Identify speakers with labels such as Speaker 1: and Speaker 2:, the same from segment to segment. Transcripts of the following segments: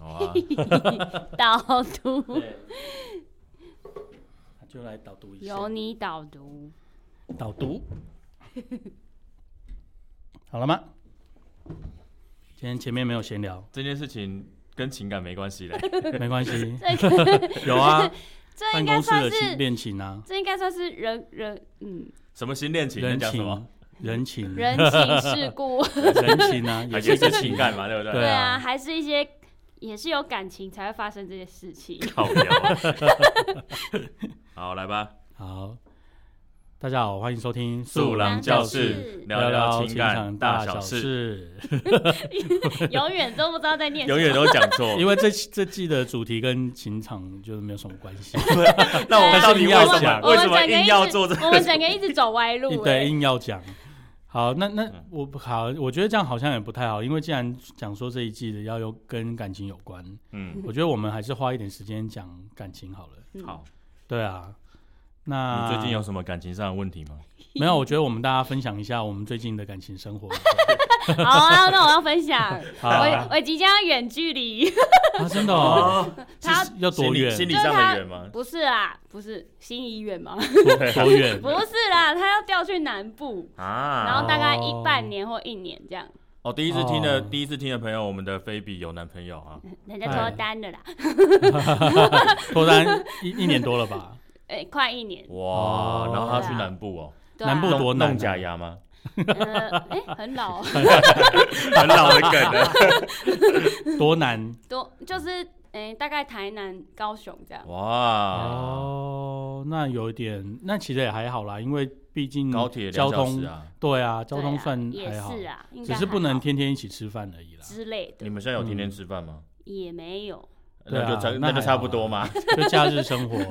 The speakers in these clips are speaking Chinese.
Speaker 1: 好啊，
Speaker 2: 导读，
Speaker 3: 对，就来导读一下。
Speaker 2: 由你导读。。
Speaker 3: 导读， 好了吗？今天前面没有闲 聊，
Speaker 1: 这件事情跟情感没关系嘞。
Speaker 3: 没关系
Speaker 2: 这 个
Speaker 3: 有啊，
Speaker 2: 这
Speaker 3: 办
Speaker 2: 应该
Speaker 3: 公室
Speaker 2: 算
Speaker 3: 的情
Speaker 2: 是
Speaker 3: 恋情啊，
Speaker 2: 这应该算是人人嗯
Speaker 1: 什么新恋情？在
Speaker 3: 人
Speaker 1: 讲什么
Speaker 3: 情？，人情，
Speaker 2: 人情世故，
Speaker 3: 人情啊，
Speaker 1: 也
Speaker 3: 也
Speaker 1: 是
Speaker 3: 是一 个
Speaker 1: 情感嘛，对不对？
Speaker 3: 对
Speaker 2: 对
Speaker 3: 啊
Speaker 2: 啊，还是一些也是有感情才会发生这些事情。
Speaker 1: 靠腰。好，来吧，
Speaker 3: 好，大家好，欢迎收听
Speaker 1: 素
Speaker 2: 郎
Speaker 1: 教
Speaker 2: 教
Speaker 1: 室
Speaker 2: 室
Speaker 1: 聊聊情感
Speaker 3: 场
Speaker 1: 大
Speaker 3: 大
Speaker 1: 小事，
Speaker 3: 事。
Speaker 2: 永远都不知道在念什
Speaker 1: 永
Speaker 2: 么。
Speaker 1: 远都讲错。
Speaker 3: 因为这这季的主题跟情场就是没有什么关系，
Speaker 1: 那我们到底为
Speaker 3: 但
Speaker 1: 什
Speaker 3: 是
Speaker 1: 么
Speaker 3: 要
Speaker 2: 啊我
Speaker 1: 为什
Speaker 2: 们整
Speaker 1: 么
Speaker 2: 个
Speaker 1: 硬要做这
Speaker 2: 一直我们整个一直走歪路
Speaker 3: 一。
Speaker 2: 哎
Speaker 3: 堆硬要讲。好，那那
Speaker 1: 嗯
Speaker 3: 我好，我觉得这样好像也不太好，因为既然讲说这一季的要有跟感情有关，
Speaker 1: 嗯，
Speaker 3: 我觉得我们还是花一点时间讲感情好了。
Speaker 2: 嗯
Speaker 1: 好，
Speaker 3: 对啊，
Speaker 1: 你
Speaker 3: 那
Speaker 1: 最近有什么感情上的问题吗？
Speaker 3: 没有？我觉得我们大家分享一下我们最近的感情生活。
Speaker 2: 好啊，那我要分享，
Speaker 3: 好啊
Speaker 2: 我我即将远距离，
Speaker 3: 啊，真 的哦，
Speaker 2: 他
Speaker 3: 是要多
Speaker 1: 心理
Speaker 3: 远？
Speaker 1: 心理上的远吗？
Speaker 2: 不是啦，不是心仪远吗？
Speaker 3: 多多 远？
Speaker 2: 不是啦，他要调去南部，然
Speaker 1: 啊，
Speaker 2: 后大概
Speaker 3: 哦
Speaker 2: 一半年或一年这样，
Speaker 1: 哦，第一次听的
Speaker 3: 哦
Speaker 1: 第一次听的朋友，我们的菲比有男朋友啊，
Speaker 2: 人家脱单了啦，
Speaker 3: 脱单一一年多了吧？
Speaker 2: 哎，快一年，
Speaker 1: 哇，
Speaker 3: 哦
Speaker 1: 然后他去
Speaker 2: 对啊
Speaker 1: 南部哦，
Speaker 2: 对啊
Speaker 3: 南部多
Speaker 1: 弄
Speaker 3: 难啊
Speaker 1: 弄假牙 吗？
Speaker 2: 呃，哎，很老，
Speaker 1: 很老的梗
Speaker 3: 啊
Speaker 1: 了，
Speaker 3: 多难
Speaker 2: 多就是哎，大概台南、高雄这样，
Speaker 1: 啊哇，
Speaker 3: 哦，那有一点，那其实也还好啦，因为毕竟
Speaker 1: 高铁两
Speaker 3: 哦交
Speaker 1: 小时
Speaker 3: 通，
Speaker 1: 啊，
Speaker 3: 对啊，交
Speaker 2: 对
Speaker 3: 通
Speaker 2: 啊
Speaker 3: 算
Speaker 2: 也
Speaker 3: 还好，
Speaker 2: 是啊，应该
Speaker 3: 只是不
Speaker 2: 还
Speaker 3: 能
Speaker 2: 好
Speaker 3: 天天一起吃饭而已 啦，
Speaker 2: 之类的
Speaker 1: 你，们现在有天天吃饭吗？
Speaker 2: 也没有，
Speaker 3: 对
Speaker 1: 那
Speaker 3: 啊
Speaker 1: 就差
Speaker 3: 那
Speaker 1: 那就
Speaker 3: 还
Speaker 1: 差
Speaker 3: 好
Speaker 1: 不多嘛，
Speaker 3: 就假日生活。
Speaker 2: 啊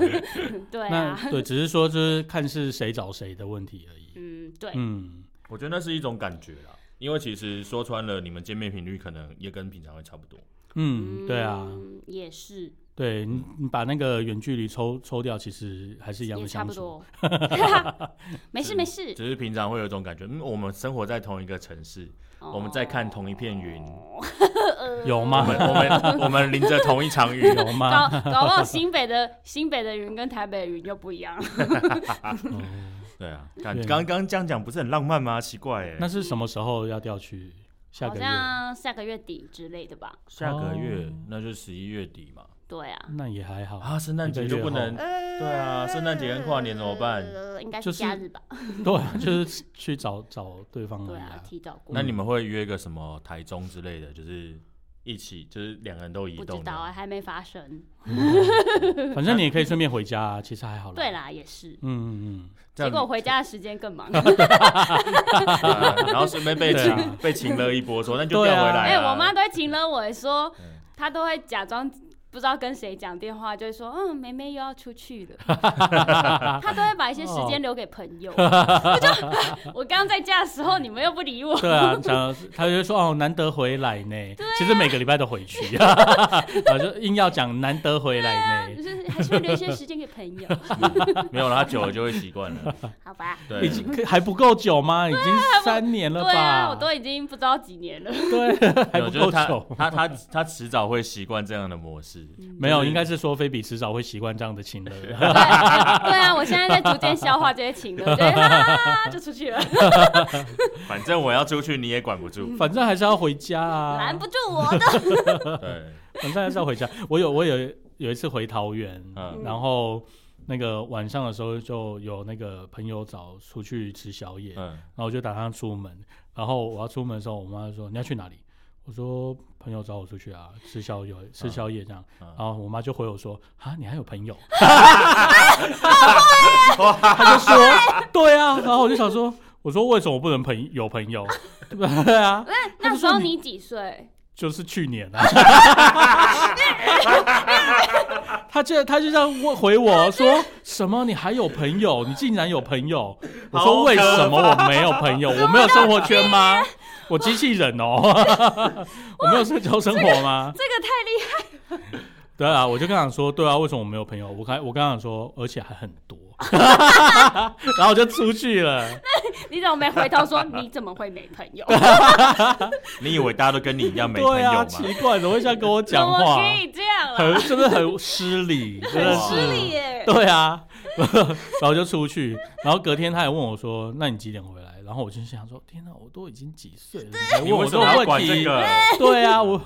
Speaker 2: 对啊，
Speaker 3: 那对，只是说就是看是谁找谁的问题而已。
Speaker 2: 嗯，对，
Speaker 3: 嗯，
Speaker 1: 我觉得那是一种感觉啦，因为其实说穿了，你们见面频率可能也跟平常会差不多。
Speaker 3: 嗯，对啊，
Speaker 2: 嗯，也是，
Speaker 3: 对你你把那个远距离抽抽掉，其实还是一样
Speaker 2: 也
Speaker 3: 的
Speaker 2: 差
Speaker 3: 相
Speaker 2: 不
Speaker 3: 处。
Speaker 2: 多， 没事没事，
Speaker 1: 只是平常会有一种感觉，嗯，我们生活在同一个城市，
Speaker 2: 哦
Speaker 1: 我们在看同一片云，
Speaker 3: 有
Speaker 1: 我
Speaker 3: 吗？
Speaker 1: 们我们我们淋着同一 场雨，
Speaker 3: 有 吗？
Speaker 2: 搞搞不好新北的新北的云跟台北的云又不一样。
Speaker 3: 哦
Speaker 1: 对啊，感
Speaker 3: 对
Speaker 1: 刚刚这样讲不是很浪漫吗？奇怪哎、
Speaker 3: 那是什么时候要调去？下
Speaker 2: 好
Speaker 3: 个月？
Speaker 2: 像啊下个月底之类的吧。
Speaker 1: 下个月、
Speaker 3: 哦
Speaker 1: 那就十一月底嘛，
Speaker 2: 对啊，
Speaker 3: 那也还好。
Speaker 1: 啊，圣诞节
Speaker 3: 一个
Speaker 1: 就
Speaker 3: 月
Speaker 1: 不能，
Speaker 3: 嗯
Speaker 1: 对啊，圣诞节跟跨年怎么办？
Speaker 2: 呃，应该
Speaker 3: 就是是
Speaker 2: 假日吧？
Speaker 3: 对啊，就是去找找对方而
Speaker 2: 对
Speaker 3: 已
Speaker 2: 啊
Speaker 3: 啊，。
Speaker 2: 提早过
Speaker 1: 那。你们会约个什么台中之类的，就是一起，就是两个人都移
Speaker 2: 不知
Speaker 1: 动
Speaker 2: 道啊，
Speaker 1: 的。
Speaker 2: 还没发生。
Speaker 3: 嗯 反正你也可以顺便回家啊，其实还好啦。
Speaker 2: 对啦，也是。
Speaker 3: 嗯，嗯
Speaker 1: 这
Speaker 2: 结
Speaker 1: 样
Speaker 2: 果我回家的时间更忙。
Speaker 1: 啊然后顺便被
Speaker 3: 对
Speaker 1: 请、
Speaker 3: 啊
Speaker 1: 被请了一波，说那就
Speaker 3: 对
Speaker 1: 调
Speaker 3: 啊
Speaker 1: 回来、
Speaker 2: 哎，
Speaker 1: 啊。
Speaker 2: 我妈都会请了我说
Speaker 1: 嗯，
Speaker 2: 她都会假装。不知道跟谁讲电话，就会说嗯，梅梅又要出去了。她都会把一些时间留给朋友。我就 我刚在家的时候，你们又不理我
Speaker 3: 嗯，，对啊，想他就说哦，难得回来呢。
Speaker 2: 啊
Speaker 3: 其实每个礼拜都回 去，啊，就硬要讲难得回来呢
Speaker 2: 就。是还是会留一些时间给朋友，
Speaker 1: 没有啦，她久了就会习惯 了。
Speaker 2: 好吧？
Speaker 1: 对，
Speaker 3: 已经还不够久吗？已经三年了吧？
Speaker 2: 对啊，我都已经不知道几年了。
Speaker 3: 对，
Speaker 1: 没
Speaker 3: 还
Speaker 1: 有
Speaker 3: 不
Speaker 1: 就
Speaker 3: 够
Speaker 1: 是他
Speaker 3: 久。
Speaker 1: 他他他迟早会习惯这样的模式。
Speaker 2: 嗯
Speaker 3: 没有，应该是说菲比迟早会习惯这样的情 人。
Speaker 2: 对哎对啊，我现在在逐渐消化这些情了，我觉得哈哈就出去了，
Speaker 1: 反正我要出去，你也管不 住。
Speaker 3: 反正还是要回家啊，
Speaker 2: 拦不住我的。
Speaker 1: 对，
Speaker 3: 晚上还是要回家。我有我有有一次回桃园，
Speaker 1: 嗯
Speaker 3: 然后那个晚上的时候就有那个朋友找出去吃宵夜，
Speaker 1: 嗯，
Speaker 3: 然后我就打算出门。然后我要出门的时候，我妈就说你要去哪里？我说朋友找我出去啊，吃宵夜，吃宵夜这样。
Speaker 1: 嗯
Speaker 3: 然后我妈就回我说啊，你还有朋友？
Speaker 1: 哇，
Speaker 3: 她就说对啊。然后我就想说，我说为什么我不能朋有朋友？ 对啊，
Speaker 2: 那时候你几岁？
Speaker 3: 就是去年 啊。他就他就这样问回我说什么？你还有朋友？你竟然有朋友？我说
Speaker 1: 好
Speaker 3: 为
Speaker 1: 可
Speaker 3: 什么我没有朋友？我没有生活圈吗？我机器人哦， 我没有社交生活吗？
Speaker 2: 这个太厉害，
Speaker 3: 对啊，我就跟他讲说，对啊，为什么我没有朋友？ 我刚我刚想说，而且还很多，然后我就出去了。
Speaker 2: 你怎么没回头说？你怎么会没朋友？
Speaker 1: 你以为大家都跟你一样没朋
Speaker 3: 对
Speaker 1: 友
Speaker 3: 啊，
Speaker 1: 吗？
Speaker 3: 奇怪，怎么会这样跟我
Speaker 2: 怎
Speaker 3: 讲
Speaker 2: 么
Speaker 3: 话？
Speaker 2: 可以这样啦？
Speaker 3: 很是不是很失礼？真的
Speaker 2: 很
Speaker 3: 是
Speaker 2: 失礼耶！
Speaker 3: 对啊， 然后就出去，然后隔天他还问我说：“那你几点回来？”然后我就想说：“天哪、我都已经几岁了，你还问
Speaker 1: 你为
Speaker 3: 我
Speaker 1: 什么要
Speaker 3: 这种
Speaker 1: 管
Speaker 3: 问
Speaker 1: 这
Speaker 3: 题？”
Speaker 1: 个？
Speaker 3: 对啊，我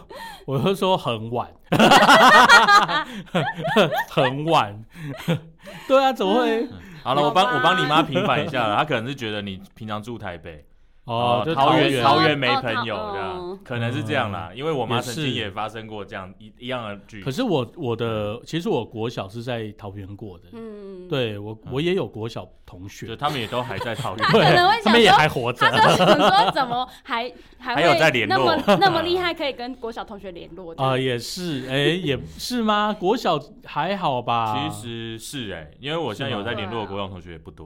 Speaker 3: 我就说很晚， 很晚。 对啊，怎么
Speaker 1: 嗯
Speaker 3: 会？
Speaker 1: 好了，我
Speaker 2: 好
Speaker 1: 帮
Speaker 2: 吧
Speaker 1: 我帮你妈平反一下了，她可能是觉得你平常住台北，
Speaker 3: 哦，就
Speaker 1: 桃
Speaker 3: 园
Speaker 1: 桃
Speaker 2: 园
Speaker 1: 园没
Speaker 2: 哦
Speaker 1: 朋友
Speaker 2: 桃
Speaker 1: 这
Speaker 2: 哦
Speaker 1: 样，可能是这样啦，因为我妈
Speaker 3: 嗯也
Speaker 1: 曾经
Speaker 3: 是
Speaker 1: 也发生过这样一一样的剧
Speaker 3: 可，是我我的其实我国小是在桃园过的，
Speaker 2: 嗯，
Speaker 3: 对我我也有国小同
Speaker 1: 就
Speaker 3: 学，
Speaker 1: 他们也都还在桃园，
Speaker 3: 对 啊
Speaker 2: 可能会想
Speaker 3: 他们也
Speaker 2: 说
Speaker 3: 还活着
Speaker 2: 他。就想说怎么还还
Speaker 1: 还有在
Speaker 2: 会
Speaker 1: 联
Speaker 2: 那
Speaker 1: 络
Speaker 2: 么那么厉害，可以跟国小同学联络
Speaker 3: 啊、
Speaker 2: 的。
Speaker 3: 也是，哎、也是吗？国小还好吧？
Speaker 1: 其实是哎、因为我现在有在联络的国中同学也不多，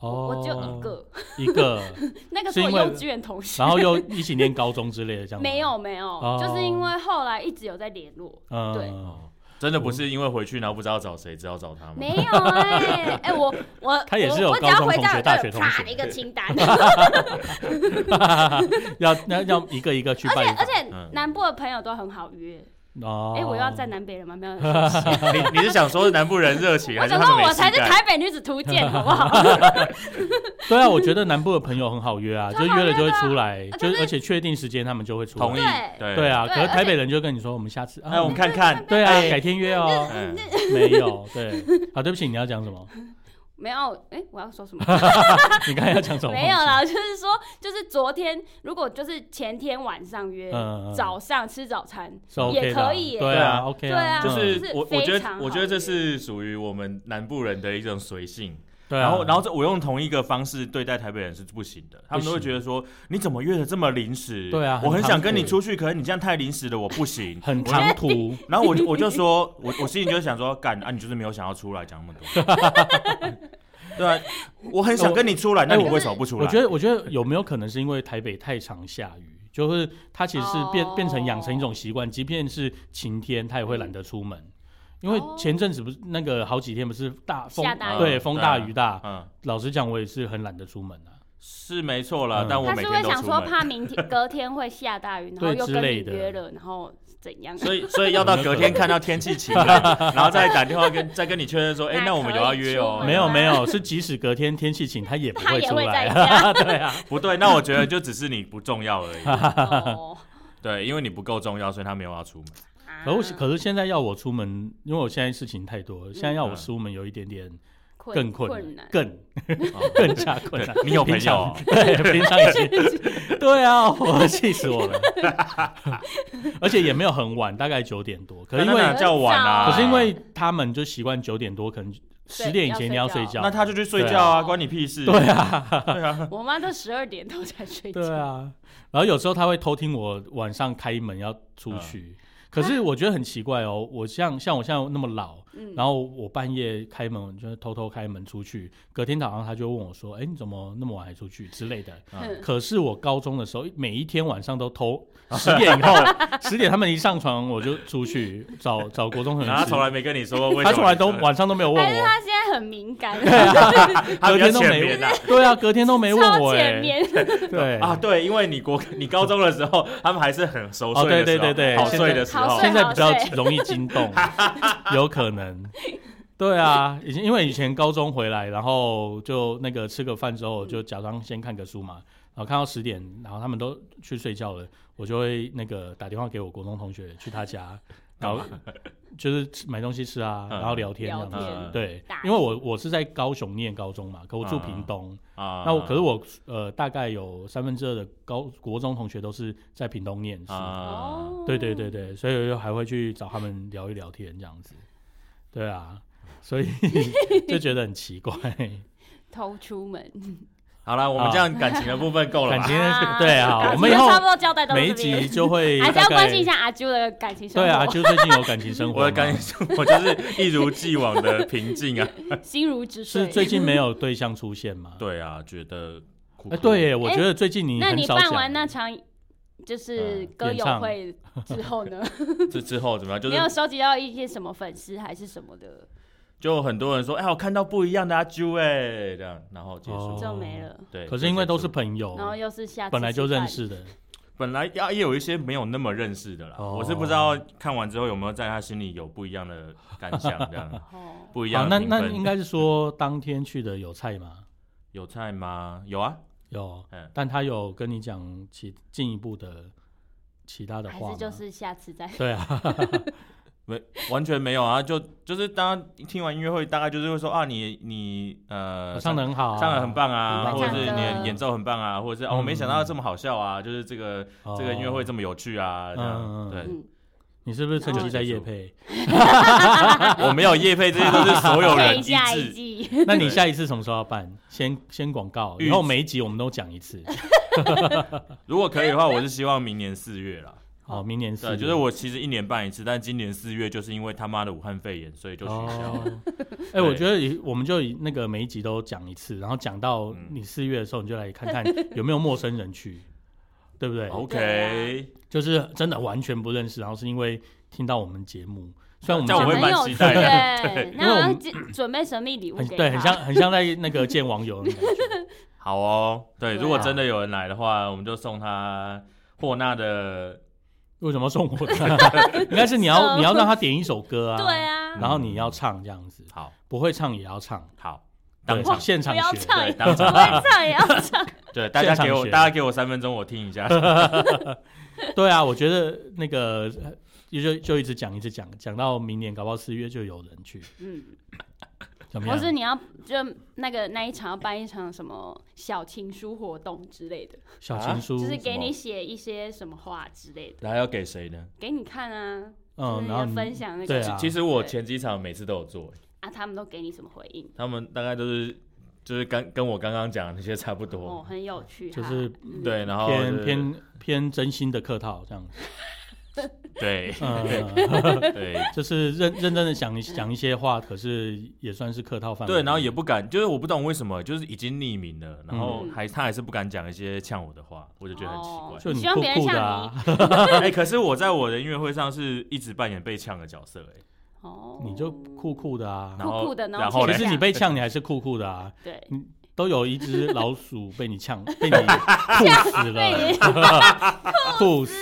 Speaker 3: 哦，
Speaker 2: 我我就 一个，
Speaker 3: 一个，
Speaker 2: 那个
Speaker 3: 是
Speaker 2: 是我
Speaker 3: 因为
Speaker 2: 幼稚园同学，
Speaker 3: 然后 又一起念高中之类的，这样吗
Speaker 2: 没，有没有
Speaker 3: 哦，
Speaker 2: 就是因为后来一直有在联络，
Speaker 3: 嗯，
Speaker 2: 对
Speaker 1: 哦，真的不是因为回去然后不知道找谁，只好找他吗？
Speaker 2: 没有哎哎我我
Speaker 3: 他也是有
Speaker 2: 我我只要
Speaker 3: 高中
Speaker 2: 回
Speaker 3: 同
Speaker 2: 家
Speaker 3: 学
Speaker 2: 有
Speaker 3: 大
Speaker 2: 个
Speaker 3: 学同
Speaker 2: 啪
Speaker 3: 学
Speaker 2: 一个清单，
Speaker 3: 要要要一个一 个去拜访，
Speaker 2: 而且
Speaker 1: 嗯
Speaker 2: 南部的朋友都很好约。
Speaker 3: 哦，
Speaker 2: 哎、我又要站南北了吗？没有，
Speaker 1: 你你是想说南部人热情，
Speaker 2: 我
Speaker 1: 还是
Speaker 2: 想
Speaker 1: 他
Speaker 2: 说
Speaker 1: 们没
Speaker 2: 我
Speaker 1: 事
Speaker 2: 才是
Speaker 1: 干？
Speaker 2: 台北女子 图鉴，好不好？
Speaker 3: 对啊，我觉得南部的朋友很好约 啊，
Speaker 2: 超
Speaker 3: 就
Speaker 2: 好
Speaker 3: 约了就会
Speaker 2: 约的啊
Speaker 3: 出来，
Speaker 2: 啊
Speaker 3: 就
Speaker 2: 可是
Speaker 3: 而且确定时间他们就会出
Speaker 1: 同
Speaker 3: 来，
Speaker 1: 意
Speaker 2: 对
Speaker 1: 对
Speaker 3: 对啊，
Speaker 2: 对
Speaker 3: 可是
Speaker 2: 而且
Speaker 3: 台北人就跟你说我们下次啊，
Speaker 1: 哎，我们看 看，
Speaker 3: 对啊，
Speaker 1: 哎
Speaker 3: 改天约哦，
Speaker 1: 嗯，
Speaker 3: 没有，对，啊，对不起，你要讲什么？
Speaker 2: 没有，哎、我要说 什么？
Speaker 3: 你刚才要讲什么？
Speaker 2: 没有，啦， 就是说，就是昨天，如果就是前天晚上约，
Speaker 3: 嗯，嗯
Speaker 2: 早上吃早餐，
Speaker 3: 是 OK
Speaker 2: 也
Speaker 3: 的啊，
Speaker 2: 可以耶
Speaker 3: 对
Speaker 1: 对
Speaker 3: 啊
Speaker 1: 啊
Speaker 3: ，OK
Speaker 2: 对啊
Speaker 3: 嗯
Speaker 1: 就是我我觉
Speaker 2: 非
Speaker 1: 得
Speaker 2: 常
Speaker 1: 我觉得
Speaker 2: 好
Speaker 1: 这
Speaker 2: 约
Speaker 1: 是属于我们南部人的一种随性，
Speaker 3: 对啊，
Speaker 1: 然后，然后这我用同一个方式对待台北人是不行的，他们都会觉得说，你怎么约的这么临时？
Speaker 3: 对啊
Speaker 1: 我很
Speaker 3: 很
Speaker 1: 想
Speaker 3: 唐
Speaker 1: 跟你
Speaker 3: 突
Speaker 1: 出去，可是你这样太临时了，我不行。
Speaker 3: 很
Speaker 1: 我
Speaker 3: 唐突，
Speaker 1: 然后我就我就说，我我心里就想说，干啊，你就是没有想要出来讲那么多。 对啊，我很想跟你出来，那
Speaker 3: 哎
Speaker 1: 你
Speaker 3: 我
Speaker 1: 为什么不出来？
Speaker 3: 我觉得，我觉得有没有可能是因为台北太常下雨，就是它其实是变、变成养成一种习惯，即便是晴天，它也会懒得出门。因为
Speaker 2: 哦
Speaker 3: 前阵子不是那个好几天不是大风
Speaker 2: 下大雨
Speaker 3: 对风大
Speaker 1: 对啊
Speaker 3: 雨大，
Speaker 1: 嗯
Speaker 3: 老实讲我也是很懒得出门啊。
Speaker 1: 是没错啦
Speaker 3: 嗯，
Speaker 1: 但我
Speaker 2: 他
Speaker 1: 每
Speaker 2: 是
Speaker 1: 天
Speaker 2: 会
Speaker 1: 都
Speaker 2: 想
Speaker 1: 出
Speaker 2: 说
Speaker 1: 门，
Speaker 2: 怕明天 隔天会下大雨，然后
Speaker 3: 对
Speaker 2: 又
Speaker 3: 之
Speaker 2: 跟你
Speaker 3: 类的
Speaker 2: 约了，然后怎样？
Speaker 1: 所以所以要到隔天看到天气晴 了，然后再打电话跟再跟你确认说，哎，
Speaker 2: 那
Speaker 1: 那我们
Speaker 2: 可
Speaker 1: 有要
Speaker 2: 以
Speaker 1: 约
Speaker 2: 出
Speaker 1: 哦
Speaker 2: 门。
Speaker 3: 没有
Speaker 2: 吗
Speaker 3: 没 有，是即使隔天天气晴，它也不
Speaker 2: 他
Speaker 3: 会
Speaker 2: 也
Speaker 3: 出
Speaker 2: 会
Speaker 3: 来
Speaker 2: 在
Speaker 3: 啊。
Speaker 2: 家
Speaker 3: 对啊，
Speaker 1: 不对，那我觉得就只是你不重要而已。
Speaker 2: 哦。
Speaker 1: 对，因为你不够重要，所以他没有要出门。
Speaker 2: 啊
Speaker 3: 可是可是现在要我出门，因为我现在事情太多，了，现在要我出门有一点点
Speaker 2: 困
Speaker 3: 更困
Speaker 2: 困
Speaker 3: 难
Speaker 2: 难，
Speaker 3: 更
Speaker 1: 哦
Speaker 3: 更加困难。
Speaker 1: 对你有朋
Speaker 3: 平
Speaker 1: 友哦
Speaker 3: 常 对，平常已 经对啊，我气死我了，而且也没有很晚，大概九点多。可是因
Speaker 1: 那
Speaker 3: 为
Speaker 1: 那叫晚啊，
Speaker 2: 那
Speaker 3: 可是因为他们就习惯九点多，可能十点以前你要睡觉，
Speaker 1: 那他就去睡觉啊，关你屁事。
Speaker 3: 对啊，
Speaker 2: 我妈都十二点多才睡觉。
Speaker 3: 对 啊。然后有时候他会偷听我晚上开门要出
Speaker 1: 嗯
Speaker 3: 去，可是我觉得很奇怪哦，我像像我现在那么老，
Speaker 2: 嗯，
Speaker 3: 然后我半夜开门，就是偷偷开门出去，隔天早上他就问我说：“哎、你怎么那么晚还出去之类的？”
Speaker 1: 嗯
Speaker 3: 可是我高中的时候，每一天晚上都偷十点以后，十点他们一上床我就出去找 找国中同
Speaker 1: 然后他
Speaker 3: 学吃
Speaker 1: 从来没跟你说为什么，
Speaker 3: 他从来都晚上都没有问
Speaker 2: 还是
Speaker 3: 我，
Speaker 2: 她现在很敏感，
Speaker 1: 他
Speaker 3: 隔
Speaker 1: 比较
Speaker 3: 天都
Speaker 1: 浅
Speaker 3: 没
Speaker 1: 眠
Speaker 3: 问
Speaker 1: 啊。
Speaker 3: 对啊，隔天 都没问
Speaker 2: 超
Speaker 3: 我
Speaker 2: 前
Speaker 3: 哎、
Speaker 2: 面。
Speaker 3: 对
Speaker 1: 啊，，对，因为你国你高中的时候，他们还是很熟
Speaker 3: 哦
Speaker 1: 睡
Speaker 3: 对
Speaker 1: 的时候，
Speaker 3: 对对对
Speaker 1: 好睡的时
Speaker 2: 好
Speaker 1: 候
Speaker 2: 睡，
Speaker 3: 现在比较
Speaker 2: 好睡
Speaker 3: 容易 惊动，有可能。对啊，以前因为以前高中回来，然后就那个吃个饭之后，就假装先看个书嘛，然后看到十点，然后他们都去睡觉了，我就会那个打电话给我国中同学去他 家，然后就是吃买东西吃啊，
Speaker 1: 嗯
Speaker 3: 然后聊天这样
Speaker 2: 聊
Speaker 3: 子。
Speaker 2: 天
Speaker 3: 对
Speaker 2: 打，
Speaker 3: 因为我我是在高雄念高中嘛，可我住屏东，
Speaker 1: 啊
Speaker 3: 那我可是我呃大概有三分之二的高国中同学都是在屏东念书，
Speaker 1: 啊，
Speaker 2: 哦
Speaker 3: 对对对对，所以我就还会去找他们聊一聊天这样子。对啊，所 以就觉得很奇怪，
Speaker 2: 偷出 门，
Speaker 1: 好了，我们这样感情的部分够了
Speaker 3: 感
Speaker 1: 吧？
Speaker 3: 情对啊，我们以
Speaker 2: 就
Speaker 3: 后
Speaker 2: 差不多交代 到
Speaker 3: 每一
Speaker 2: 这边
Speaker 3: 集，就会
Speaker 2: 还是
Speaker 3: 大
Speaker 2: 要
Speaker 3: 概
Speaker 2: 关心一下阿啾的感情生
Speaker 3: 对啊，
Speaker 2: 活，
Speaker 3: 就最近有感情生活吗，
Speaker 1: 我的感情，我就是一如既往的平静啊。
Speaker 2: 心如止水。
Speaker 3: 是最近没有对 象出现吗？
Speaker 1: 对啊，觉得苦
Speaker 3: 哎，
Speaker 1: 苦
Speaker 3: 对耶，我觉得最近你
Speaker 2: 那
Speaker 3: 很
Speaker 2: 你
Speaker 3: 少
Speaker 2: 办
Speaker 3: 讲
Speaker 2: 完那场就是
Speaker 1: 嗯
Speaker 2: 歌
Speaker 3: 演
Speaker 2: 友
Speaker 3: 唱
Speaker 2: 会之后呢？
Speaker 1: 这之后怎么样？就
Speaker 2: 你
Speaker 1: 是
Speaker 2: 有收集到一些什么粉丝还是什么的？
Speaker 1: 就很多人说，哎，我看到不一样的阿啾哎，这样，然后结束
Speaker 3: 哦。
Speaker 2: 就没了。
Speaker 1: 对，
Speaker 3: 可是因为都是
Speaker 1: 就结束
Speaker 3: 朋友，
Speaker 2: 然后又是下次
Speaker 3: 哦本来就
Speaker 2: 吃饭
Speaker 3: 认，识的，
Speaker 1: 本来要也有一些没有那么认识的啦，
Speaker 3: 哦
Speaker 1: 我是不知道看完之后有没有在他心里有不一样的感想，这 样
Speaker 2: 哦，
Speaker 1: 不一
Speaker 3: 好，
Speaker 1: 样的
Speaker 3: 那
Speaker 1: 评
Speaker 3: 那
Speaker 1: 分
Speaker 3: 应该是说当天去的有菜吗？
Speaker 1: 有菜吗？有啊，
Speaker 3: 有
Speaker 1: 嗯，
Speaker 3: 但他有跟你讲其进一步的其他的
Speaker 2: 还
Speaker 3: 话
Speaker 2: 是
Speaker 3: 吗？
Speaker 2: 就是下次再。
Speaker 3: 对啊，
Speaker 1: 没完全没有啊，就就是大家听完音乐会，大概就是会说啊，你你呃
Speaker 3: 我唱的很好啊，
Speaker 1: 唱的很棒啊，
Speaker 2: 很
Speaker 1: 或
Speaker 2: 会
Speaker 1: 者是你
Speaker 2: 唱
Speaker 1: 的
Speaker 2: 歌
Speaker 1: 演奏很棒啊，或者是哦，我没想到这么好笑啊，就是这个
Speaker 3: 嗯哦，
Speaker 1: 这个音乐会这么有趣啊，这
Speaker 3: 嗯
Speaker 1: 样
Speaker 3: 嗯
Speaker 1: 对，
Speaker 2: 嗯，
Speaker 3: 你是不是趁机在夜配？
Speaker 1: 我没有夜配，这些都是所有人
Speaker 2: 配
Speaker 1: 一
Speaker 2: 下 一
Speaker 1: 致。
Speaker 2: 季，
Speaker 3: 那你下一次什么时候要办？先先广告，
Speaker 1: 预
Speaker 3: 以后每一集我们都讲一次。哦
Speaker 1: 如果可以的话，我是希望明年四月啦。
Speaker 3: 哦，明年四
Speaker 1: 对，
Speaker 3: 月，
Speaker 1: 就是我其实一年办一次，但今年四月就是因为他妈的武汉肺炎，所以就取消了。
Speaker 3: 哦。哎，我觉得以我们就以那个每一集都讲一次，然后讲到
Speaker 1: 嗯
Speaker 3: 你四月的时候，你就来 看看有没有陌生人去，对不对？
Speaker 1: OK，
Speaker 3: 就是真的完全不认识，然后是因为听到我们节目，虽然我
Speaker 1: 这样我
Speaker 3: 们
Speaker 1: 会
Speaker 2: 很
Speaker 1: 蛮
Speaker 2: 有
Speaker 1: 期
Speaker 2: 趣
Speaker 1: 待的
Speaker 2: 对，
Speaker 3: 因为我
Speaker 2: 那要
Speaker 3: 们
Speaker 2: 准准备神秘礼物
Speaker 3: 很
Speaker 2: 给
Speaker 3: 对，
Speaker 2: 他
Speaker 3: 很像很像在那个见网友的那种感觉。
Speaker 1: 好哦。对，
Speaker 2: 对啊
Speaker 1: 如果真的有人来的话，我们就送他霍纳的
Speaker 3: 为什么要送我？ 应该是你要你要让他点一首歌啊，
Speaker 2: 对，啊，
Speaker 3: 然后你要唱这样子，
Speaker 1: 好
Speaker 3: 不会唱也要唱，
Speaker 1: 好
Speaker 3: 对
Speaker 1: 当场
Speaker 3: 现场
Speaker 2: 不要
Speaker 3: 学。
Speaker 2: 唱
Speaker 1: 对当
Speaker 2: 不
Speaker 1: 场
Speaker 2: 会
Speaker 3: 嗯
Speaker 2: 唱也要唱，
Speaker 1: 对大家给
Speaker 3: 现场
Speaker 1: 我
Speaker 3: 学
Speaker 1: 大家给我三分钟，我听一 下。
Speaker 3: 对啊，我觉得那个呃就就一直讲一直讲，讲到明年搞不好四月就有人去，
Speaker 2: 嗯，
Speaker 3: 怎么
Speaker 2: 或
Speaker 3: 样？
Speaker 2: 是你要就那个那一场要办一场什么小情书活动之类的，
Speaker 3: 小
Speaker 1: 啊
Speaker 3: 情书，
Speaker 2: 就是给
Speaker 1: 什么
Speaker 2: 你写一些什么话之类的，
Speaker 1: 然后要给谁呢？
Speaker 2: 给你看啊，
Speaker 3: 嗯，
Speaker 2: 就是
Speaker 3: 然后
Speaker 2: 要
Speaker 3: 你
Speaker 2: 分享那
Speaker 3: 对
Speaker 2: 个
Speaker 3: 啊，
Speaker 1: 其实我前几场每次都有做，
Speaker 2: 啊，他们都给你什么回应？
Speaker 1: 他们大概都是就是跟跟我刚刚讲的那些差不
Speaker 2: 哦，
Speaker 1: 多。
Speaker 2: 很有趣哈，
Speaker 3: 就是
Speaker 2: 嗯
Speaker 1: 对，然后就是
Speaker 3: 偏偏偏真心的客套 这样，
Speaker 1: 对
Speaker 3: 嗯，
Speaker 1: 对
Speaker 3: 就是认认真的讲一讲一些话，可是也算是客套范围。
Speaker 1: 对，然后也不敢，就是我不懂为什么，就是已经匿名了，然后
Speaker 2: 嗯
Speaker 1: 还他还是不敢讲一些呛我的话，我就觉得很
Speaker 2: 哦
Speaker 1: 奇
Speaker 3: 就你
Speaker 2: 希望
Speaker 3: 酷
Speaker 2: 别人
Speaker 3: 酷
Speaker 2: 像
Speaker 3: 的 啊，
Speaker 2: 哦
Speaker 1: 怪。 哎，可是我在我的音乐会上是一直扮演被呛的角色，哎，
Speaker 2: 哦，
Speaker 3: 你就酷酷的啊。
Speaker 1: 然后
Speaker 2: 酷酷的然后
Speaker 1: 然后嘞
Speaker 3: 其
Speaker 2: 呛
Speaker 3: 实你被呛，你还是酷酷的啊。
Speaker 2: 对，
Speaker 3: 都有一只老鼠被你 呛，被你酷死
Speaker 2: 被
Speaker 3: 了，酷死！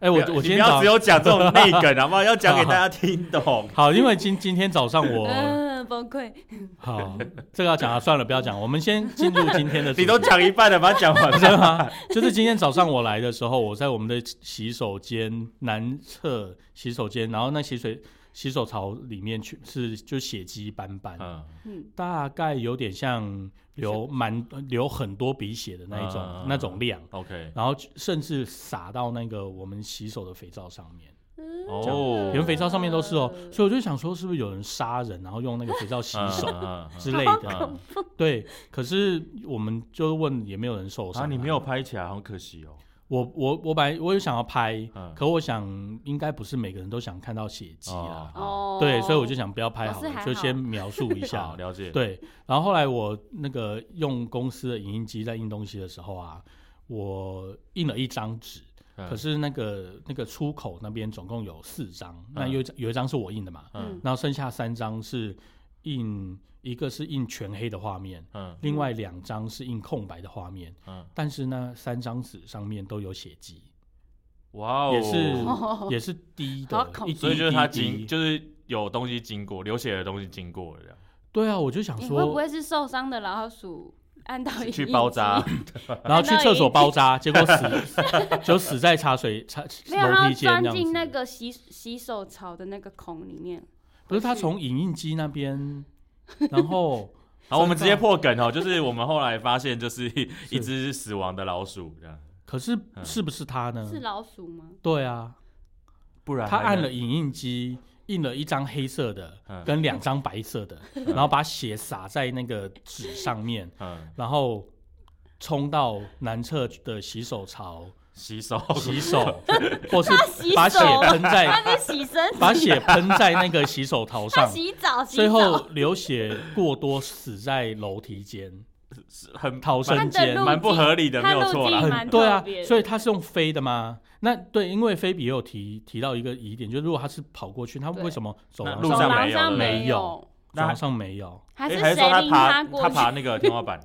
Speaker 3: 哎，我我
Speaker 1: 啊你
Speaker 3: 今天
Speaker 1: 不要
Speaker 3: 早
Speaker 1: 只有讲这种 内梗，好不好？要讲给大家听懂。
Speaker 3: 好，因为今今天早上我
Speaker 2: 嗯，崩溃，
Speaker 3: 好这个要讲啊，算了，不要讲，我们先进入今天的主 题。
Speaker 1: 你都讲一半了，把它讲完
Speaker 3: 真的吗？就是今天早上我来的时候，我在我们的洗手间南侧洗手间，然后那洗水洗手槽里面去是就血迹斑斑，
Speaker 1: 嗯，
Speaker 2: 嗯，
Speaker 3: 大概有点像流蛮呃流很多鼻血的那一种、
Speaker 1: 嗯
Speaker 3: 那种量。
Speaker 1: OK，
Speaker 3: 然后甚至撒到那个我们洗手的肥皂上面，
Speaker 2: 嗯
Speaker 1: 哦
Speaker 3: 连肥皂上面都是哦，所以我就想说，是不是有人杀人，然后用那个肥皂洗手
Speaker 1: 嗯嗯嗯
Speaker 3: 之类 的？对，可是我们就问，也没有人受伤
Speaker 1: 啊，你没有，拍起来，好可惜哦。
Speaker 3: 我我我本来我有想要拍，
Speaker 1: 嗯，
Speaker 3: 可我想应该不是每个人都想看到血迹啦，
Speaker 1: 哦，
Speaker 2: 哦，
Speaker 3: 对，所以我就想不要拍
Speaker 2: 哦
Speaker 3: 好
Speaker 2: 是
Speaker 3: 了，
Speaker 2: 还
Speaker 3: 就先
Speaker 2: 好
Speaker 3: 描述 一
Speaker 1: 好
Speaker 3: 下，
Speaker 1: 了解。，
Speaker 3: 啊对，然后后来我那个用公司的影印机在印东西的时候啊，我印了一张纸，
Speaker 1: 嗯
Speaker 3: 可是那个那个出口那边总共有四张，那有一张有一张是我印的嘛，
Speaker 1: 嗯
Speaker 3: 然后剩下三张是印一个是印全黑的画面，
Speaker 1: 嗯
Speaker 3: 另外两张是印空白的画面，
Speaker 1: 嗯，
Speaker 3: 但是那三张纸上面都有血迹，
Speaker 1: 哇哦，
Speaker 3: 也是
Speaker 2: 哦
Speaker 3: 也是滴
Speaker 2: 好
Speaker 3: 的，
Speaker 2: 恐
Speaker 3: 一
Speaker 2: 怖
Speaker 3: 滴
Speaker 1: 所以就是他
Speaker 3: 一滴
Speaker 1: 经就是有东西经过，流血的东西经过了这样，
Speaker 3: 对啊，我就想
Speaker 2: 你
Speaker 3: 说
Speaker 2: 会不会是受伤的老鼠按到
Speaker 1: 去
Speaker 2: 印
Speaker 1: 包
Speaker 2: 记
Speaker 1: 扎？
Speaker 3: 然后去厕所包 扎，结果死，就死在茶水茶
Speaker 2: 没有，他
Speaker 3: 楼
Speaker 2: 要
Speaker 3: 梯间
Speaker 2: 钻
Speaker 3: 这
Speaker 2: 进那
Speaker 3: 样子。
Speaker 2: 个洗洗手槽的那个孔里面。
Speaker 3: 不是他从影印机那边，然 后
Speaker 1: 好，我们直接破梗哦，就是我们后来发现，就是 一一只死亡的老鼠这样，
Speaker 3: 可是是不是他呢
Speaker 2: 是？老鼠 吗？
Speaker 3: 对啊，
Speaker 1: 不然
Speaker 3: 他
Speaker 1: 还
Speaker 3: 按
Speaker 1: 能
Speaker 3: 了影印机，印了一张黑色的
Speaker 1: 嗯
Speaker 3: 跟两张白 色的，然后把血洒在那个纸上面，
Speaker 1: 嗯
Speaker 3: 然后冲到男厕的洗手槽
Speaker 1: 洗 手，
Speaker 3: 洗手，或是
Speaker 2: 洗
Speaker 3: 把血
Speaker 2: 手啊
Speaker 3: 喷在
Speaker 2: 他是洗身体，
Speaker 3: 把血喷在那个洗手槽
Speaker 2: 他
Speaker 3: 上，
Speaker 2: 洗澡，洗
Speaker 3: 最
Speaker 2: 澡。
Speaker 3: 后流血过多死在楼梯间，
Speaker 1: 是很
Speaker 3: 逃生间
Speaker 2: 他的。路
Speaker 1: 蛮不合理的，没
Speaker 2: 他
Speaker 1: 有错啦
Speaker 2: 路径。
Speaker 3: 很
Speaker 2: 蛮
Speaker 3: 对啊
Speaker 2: 特别，的
Speaker 3: 所以他是用飞的吗？那对，因为菲比也有提提到一个疑点，就是如果他是跑过去，他
Speaker 2: 对
Speaker 3: 为什么走廊
Speaker 1: 那路
Speaker 2: 走
Speaker 1: 上
Speaker 2: 廊
Speaker 1: 没有
Speaker 2: 上
Speaker 1: 对
Speaker 2: 没
Speaker 3: 没有
Speaker 2: 有，
Speaker 1: 那
Speaker 3: 床上没有，
Speaker 2: 还
Speaker 1: 诶
Speaker 2: 是
Speaker 1: 哎还
Speaker 2: 谁
Speaker 1: 是说他
Speaker 2: 拎
Speaker 1: 爬
Speaker 2: 过去？
Speaker 1: 爬那个天花 板，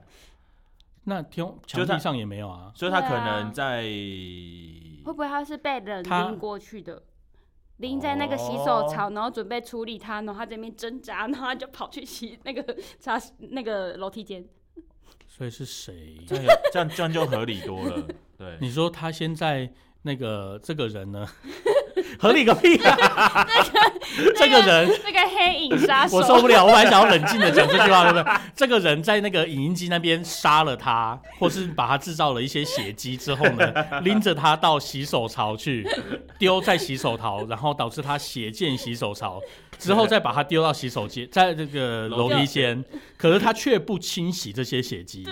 Speaker 3: 那天
Speaker 1: 就
Speaker 3: 墙
Speaker 1: 他
Speaker 3: 壁上也没有啊。
Speaker 1: 所以他可
Speaker 2: 对啊
Speaker 1: 能在
Speaker 2: 会不会他是被人
Speaker 3: 他哦
Speaker 2: 拎过去的？拎在那个洗手槽，然后准备处理他，然后他这边挣扎，然后他就跑去洗那个 擦那个楼梯间。
Speaker 3: 所以是谁？
Speaker 1: 这样有这样这样就合理多了。对，
Speaker 3: 你说他现在那个这个人呢？合理个屁啊！这个人
Speaker 2: 那个黑影杀啊手，
Speaker 3: 我受不了，我本来想要冷静的讲这句话，对不对？这个人在那个影音机那边杀了他，或是把他制造了一些血迹之后呢，拎着他到洗手槽去，丢在洗手槽，然后导致他血溅洗手槽，之后再把他丢到洗手间，在这个楼梯间，可是他却不清洗这些血迹，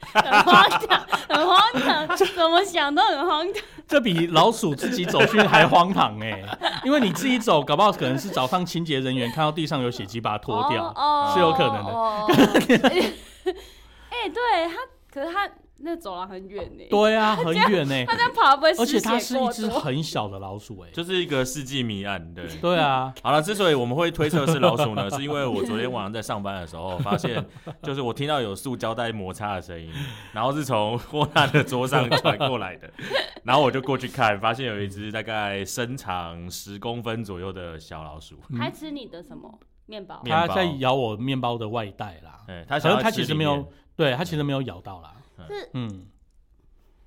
Speaker 2: 很荒唐，很荒唐，怎么想都很荒 唐。
Speaker 3: 这比老鼠自己走去还荒唐哎、因为你自己走，搞不好可能是找上清洁人员看到地上有血迹把它拖掉。
Speaker 2: 哦
Speaker 3: 是有可能的
Speaker 2: 哦 哎，对他，可是他那走廊很远呢，
Speaker 3: 对啊，很远呢、
Speaker 2: 他这样跑会不会
Speaker 3: 而且
Speaker 2: 失
Speaker 3: 它
Speaker 2: 血
Speaker 3: 是一
Speaker 2: 过
Speaker 3: 只
Speaker 2: 多？
Speaker 3: 很小的老鼠哎、
Speaker 1: 就是一个世纪谜案。 对，
Speaker 3: 对啊，
Speaker 1: 好了，之所以我们会推测是老鼠呢，是 因为我昨天晚上在上班的时候发现， 就是我听到有塑胶袋摩擦的声音，然后是从霍纳的桌上传过来的， 然后我就过去看，发现有一只大概身长十公分左右的小老 鼠。
Speaker 2: 还吃你的什么面包？
Speaker 1: 面
Speaker 3: 它
Speaker 1: 包
Speaker 3: 在咬我面包的外带啦。
Speaker 1: 哎、它
Speaker 3: 可
Speaker 1: 想要
Speaker 3: 能它
Speaker 1: 吃
Speaker 3: 其实
Speaker 1: 里
Speaker 3: 没
Speaker 1: 面
Speaker 3: 有，对它其实没有咬到啦。
Speaker 2: 是
Speaker 3: 嗯，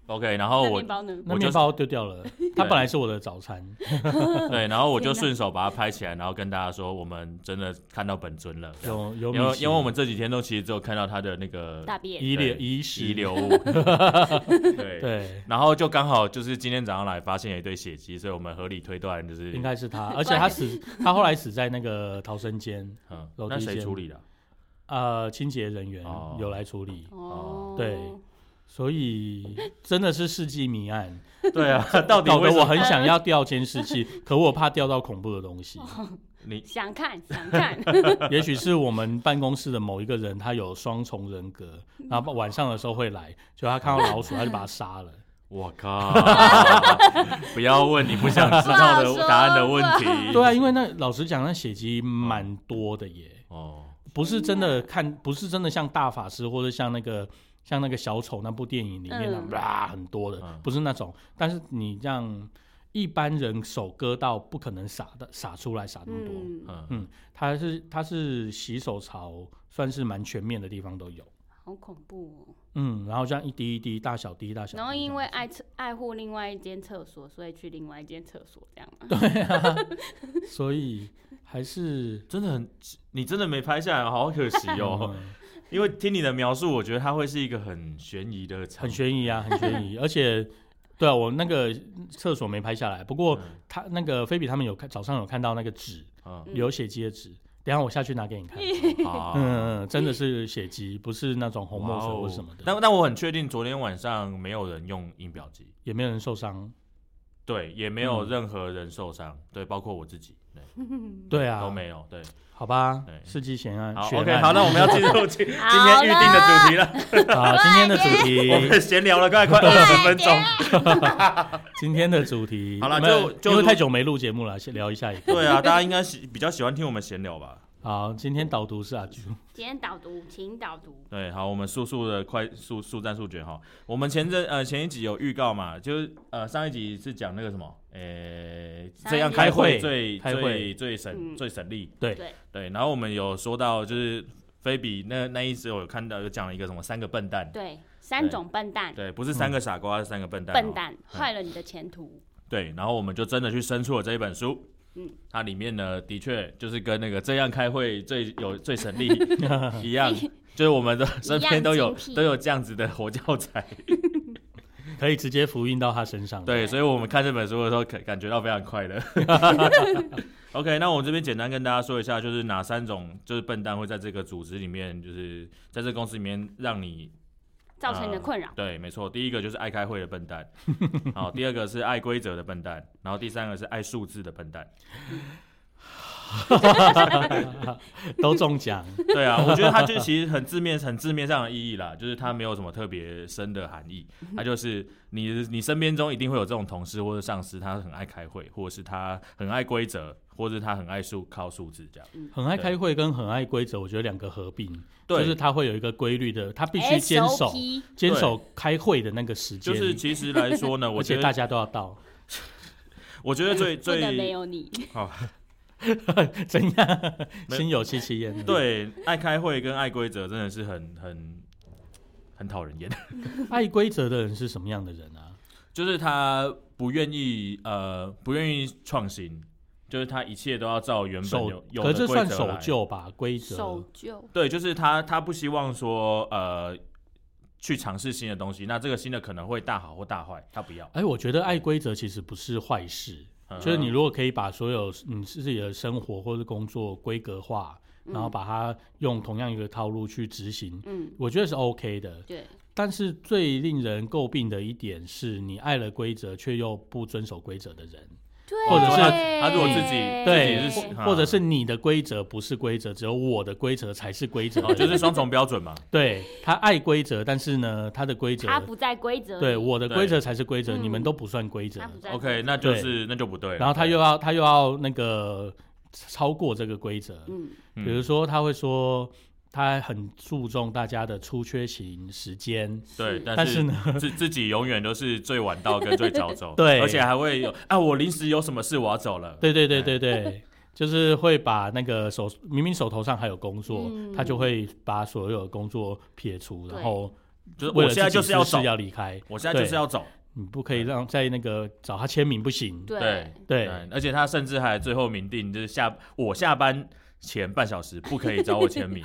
Speaker 1: OK，然后
Speaker 2: 那
Speaker 1: 我
Speaker 2: 面包呢？
Speaker 3: 那
Speaker 1: 我就
Speaker 3: 面
Speaker 1: 是
Speaker 3: 包丢掉 了，它本来是我的早餐。
Speaker 1: 对，然后我就
Speaker 2: 天哪
Speaker 1: 顺手把它拍起来，然后跟大家说，我们真的看到本尊了。这样
Speaker 3: 有有
Speaker 1: 因为
Speaker 3: 米奇，
Speaker 1: 因为我们这几天都其实只有看到他的那个
Speaker 2: 大便。
Speaker 3: 遗留
Speaker 1: 对
Speaker 3: 遗失
Speaker 1: 遗留物， 对。
Speaker 3: 对，
Speaker 1: 然后就刚好就是今天早上来发现有一堆血迹，所以我们合理推断就是
Speaker 3: 应该是 它，而且它死，它后来死在那个逃生间，
Speaker 1: 嗯，
Speaker 3: 楼
Speaker 1: 那
Speaker 3: 梯
Speaker 1: 谁
Speaker 3: 间
Speaker 1: 处理 的？
Speaker 3: 呃，清洁人员
Speaker 1: 哦
Speaker 3: 有来处理，
Speaker 2: 哦，
Speaker 3: 对所以真的是世纪谜案，
Speaker 1: 对啊， 到底
Speaker 3: 搞
Speaker 1: 为
Speaker 3: 得
Speaker 1: 什
Speaker 3: 我
Speaker 1: 么？
Speaker 3: 很想要调监视器， 可我怕调到恐怖的东西。
Speaker 1: 你
Speaker 2: 想看想 看，
Speaker 3: 也许是我们办公室的某一个人，他有双重人格，然后晚上的时候会来，就他看到老鼠，他就把它杀 了。
Speaker 1: 我靠！ 不要问你不想知道
Speaker 2: 不好
Speaker 1: 的
Speaker 2: 说
Speaker 1: 答案的问题。
Speaker 3: 对啊，因为那老实讲，那血迹蛮多的耶，
Speaker 1: 哦，
Speaker 3: 不是真的
Speaker 2: 嗯
Speaker 3: 看，不是真的像大法师或者像那个像那个小丑那部电影里面那
Speaker 2: 嗯
Speaker 3: 哇很多的
Speaker 1: 嗯，
Speaker 3: 不是那种。但是你让一般人手割到，不可能撒的撒出来撒那么多。
Speaker 2: 嗯，
Speaker 1: 嗯，
Speaker 3: 它是它是洗手槽，算是蛮全面的地方都有。
Speaker 2: 好恐怖哦。
Speaker 3: 嗯，然后这样一滴一滴，大小滴大小滴这样子。
Speaker 2: 然后因为爱厕爱护另外一间厕所，所以去另外一间厕所这样吗？
Speaker 3: 所以还是
Speaker 1: 真的很，你真的没拍下来，好可惜哦。
Speaker 3: 嗯
Speaker 1: 因为听你的描述，我觉得它会是一个很悬疑的场
Speaker 3: 很悬疑啊，很悬疑，而且。对啊，我那个厕所没拍下来，不过
Speaker 1: 嗯
Speaker 3: 他那个菲比他们有看早上有看到那个纸
Speaker 1: 啊
Speaker 2: 嗯
Speaker 3: 流血迹的纸，等一下我下去拿给你看。
Speaker 1: 好哦
Speaker 3: 嗯，嗯真的是血迹，不是那种红墨水
Speaker 1: 哇哦
Speaker 3: 或什么的，
Speaker 1: 但但我很确定，昨天晚上没有人用印表机，
Speaker 3: 也没有人受伤。
Speaker 1: 对，也没有
Speaker 3: 嗯
Speaker 1: 任何人受伤，对，包括我自己，对，
Speaker 3: 对啊
Speaker 1: 都，没有，对。
Speaker 3: 好吧
Speaker 1: 对，
Speaker 3: 世纪悬案。
Speaker 1: 好
Speaker 3: 悬
Speaker 1: ，OK，
Speaker 3: 案
Speaker 1: 好，那我们要进 入今今天
Speaker 2: 好
Speaker 1: 预定的主题了，
Speaker 3: 好，今天的主
Speaker 1: 我
Speaker 3: 题，
Speaker 1: 们闲聊了快快二十分钟，
Speaker 3: 今天的主题，
Speaker 1: 好啦
Speaker 3: 我们
Speaker 1: 就就
Speaker 3: 因为
Speaker 1: 如
Speaker 3: 太久没录节目了，先聊一下也可 以。
Speaker 1: 对啊，大家应该喜比较喜欢听我们闲聊吧？
Speaker 3: 好，今天导读是阿朱，
Speaker 2: 今天导读，请导读。
Speaker 1: 对，好，我们速速的快速速战速决哈。我们前阵呃前一集有预告嘛，就是呃上一集是讲那个什么，呃
Speaker 2: 上一集
Speaker 1: 这样开
Speaker 3: 开会
Speaker 1: 会最
Speaker 3: 开会
Speaker 1: 最最省
Speaker 2: 嗯
Speaker 1: 最省力，
Speaker 3: 对
Speaker 2: 对
Speaker 1: 对。然后我们有说到就是菲比那那一集我有看到有讲了一个什么三个笨蛋，
Speaker 2: 对，三种笨蛋，
Speaker 1: 对，不是三个傻瓜，是三个笨蛋哦，
Speaker 2: 笨蛋坏了你的前途。
Speaker 1: 对，然后我们就真的去深出了这一本书。
Speaker 2: 嗯
Speaker 1: 它里面呢，的确就是跟那个这样开会最有最省力一样，就是我们的身边都有
Speaker 2: 精辟
Speaker 1: 都有这样子的活教材。
Speaker 3: 可以直接复印到他身上。
Speaker 1: 对，所以我们看这本书的时候，感感觉到非常快乐。OK，那我这边简单跟大家说一下，就是哪三种就是笨蛋会在这个组织里面，就是在这公司里面让你
Speaker 2: 造成你
Speaker 1: 嗯
Speaker 2: 的困扰。
Speaker 1: 对，没错，第一个就是爱开会的笨蛋，好，第二个是爱规则的笨蛋，然后第三个是爱数字的笨蛋。
Speaker 3: 都中奖，
Speaker 1: 对 啊，我觉得它就其实很字面、很字面上的意义啦，就是它没有什么特别深的含义，
Speaker 3: 嗯
Speaker 1: 它就是你你身边中一定会有这种同事或者上司，他很爱开会，或者是他很爱规则，或者是他很爱数靠数字这样。
Speaker 3: 很爱开会跟很爱规则，我觉得两个合并，
Speaker 1: 对，
Speaker 3: 就是他会有一个规律的，他必须坚守
Speaker 2: SOP
Speaker 3: 坚守开会的那个时间，
Speaker 1: 就是其实来说 呢，我
Speaker 3: 而
Speaker 1: 觉
Speaker 3: 且大
Speaker 1: 得
Speaker 3: 家都要到，
Speaker 1: 我觉得 最
Speaker 2: 不能没
Speaker 1: 最
Speaker 2: 有你，
Speaker 3: 怎样？
Speaker 1: 没
Speaker 3: 心有戚戚焉。，
Speaker 1: 对爱开会跟爱规则真的是很很很讨人厌。
Speaker 3: 爱规则的人是什么样的人啊？
Speaker 1: 就是他不愿意呃不愿意创新，就是他一切都要照原本
Speaker 3: 守
Speaker 1: 嗯有，有
Speaker 3: 可
Speaker 1: 的
Speaker 3: 是这
Speaker 1: 规
Speaker 3: 算
Speaker 1: 则
Speaker 3: 守
Speaker 1: 来。
Speaker 3: 旧吧？规则
Speaker 2: 守旧。
Speaker 1: 对，就是他他不希望说呃去尝试新的东西，那这个新的可能会大好或大坏，他不要。
Speaker 3: 哎，我觉得爱规则其实不是坏事，
Speaker 1: 嗯
Speaker 3: 就是你如果可以把所有你自己的生活或者工作规格化，然后把它用同样一个套路去执行，
Speaker 2: 嗯，
Speaker 3: 我觉得是 OK 的。
Speaker 2: 对，
Speaker 3: 但是最令人诟病的一点是你爱了规则却又不遵守规则的人，
Speaker 2: 对，
Speaker 3: 或者是
Speaker 1: 他如果自己
Speaker 3: 对，
Speaker 1: 自己是
Speaker 3: 或或者是你的规则不是规则，只有我的规则才是规则的
Speaker 1: 哦，
Speaker 3: 人，
Speaker 1: 就是双重标准嘛。
Speaker 3: 对他爱规则，但是呢，他的规则
Speaker 2: 他不在规则里，
Speaker 3: 对我的
Speaker 1: 对
Speaker 3: 规则才是规则，
Speaker 2: 嗯
Speaker 3: 你们都不算规则
Speaker 2: 他。不在
Speaker 1: OK，那就是那就不对了。
Speaker 3: 然后他又要他又要那个超过这个规则，
Speaker 2: 嗯
Speaker 1: 嗯
Speaker 3: 比如说他会说他很注重大家的出缺勤时间，
Speaker 1: 对，
Speaker 3: 但
Speaker 1: 但
Speaker 3: 是
Speaker 1: 是
Speaker 3: 呢，
Speaker 1: 自自己永远都是最晚到跟最早走，
Speaker 3: 对
Speaker 1: 而且还会有啊，我临时有什么事我要走了，
Speaker 3: 对对对对 对，就是会把那个手明明手头上还有工作，
Speaker 2: 嗯
Speaker 3: 他就会把所有的工作撇除，
Speaker 2: 对
Speaker 3: 然后
Speaker 1: 就是
Speaker 3: 为
Speaker 1: 我
Speaker 3: 了
Speaker 1: 现在就
Speaker 3: 自
Speaker 1: 是
Speaker 3: 己
Speaker 1: 要
Speaker 3: 私事
Speaker 1: 走，
Speaker 3: 要离开，
Speaker 1: 我现在就是
Speaker 3: 对
Speaker 1: 要走，
Speaker 3: 你不可以让在那个找他签名不行。
Speaker 1: 对
Speaker 2: 对，
Speaker 3: 对，
Speaker 1: 对，而且他甚至还最后明定，就是下我下班前半小时不可以找我签 名，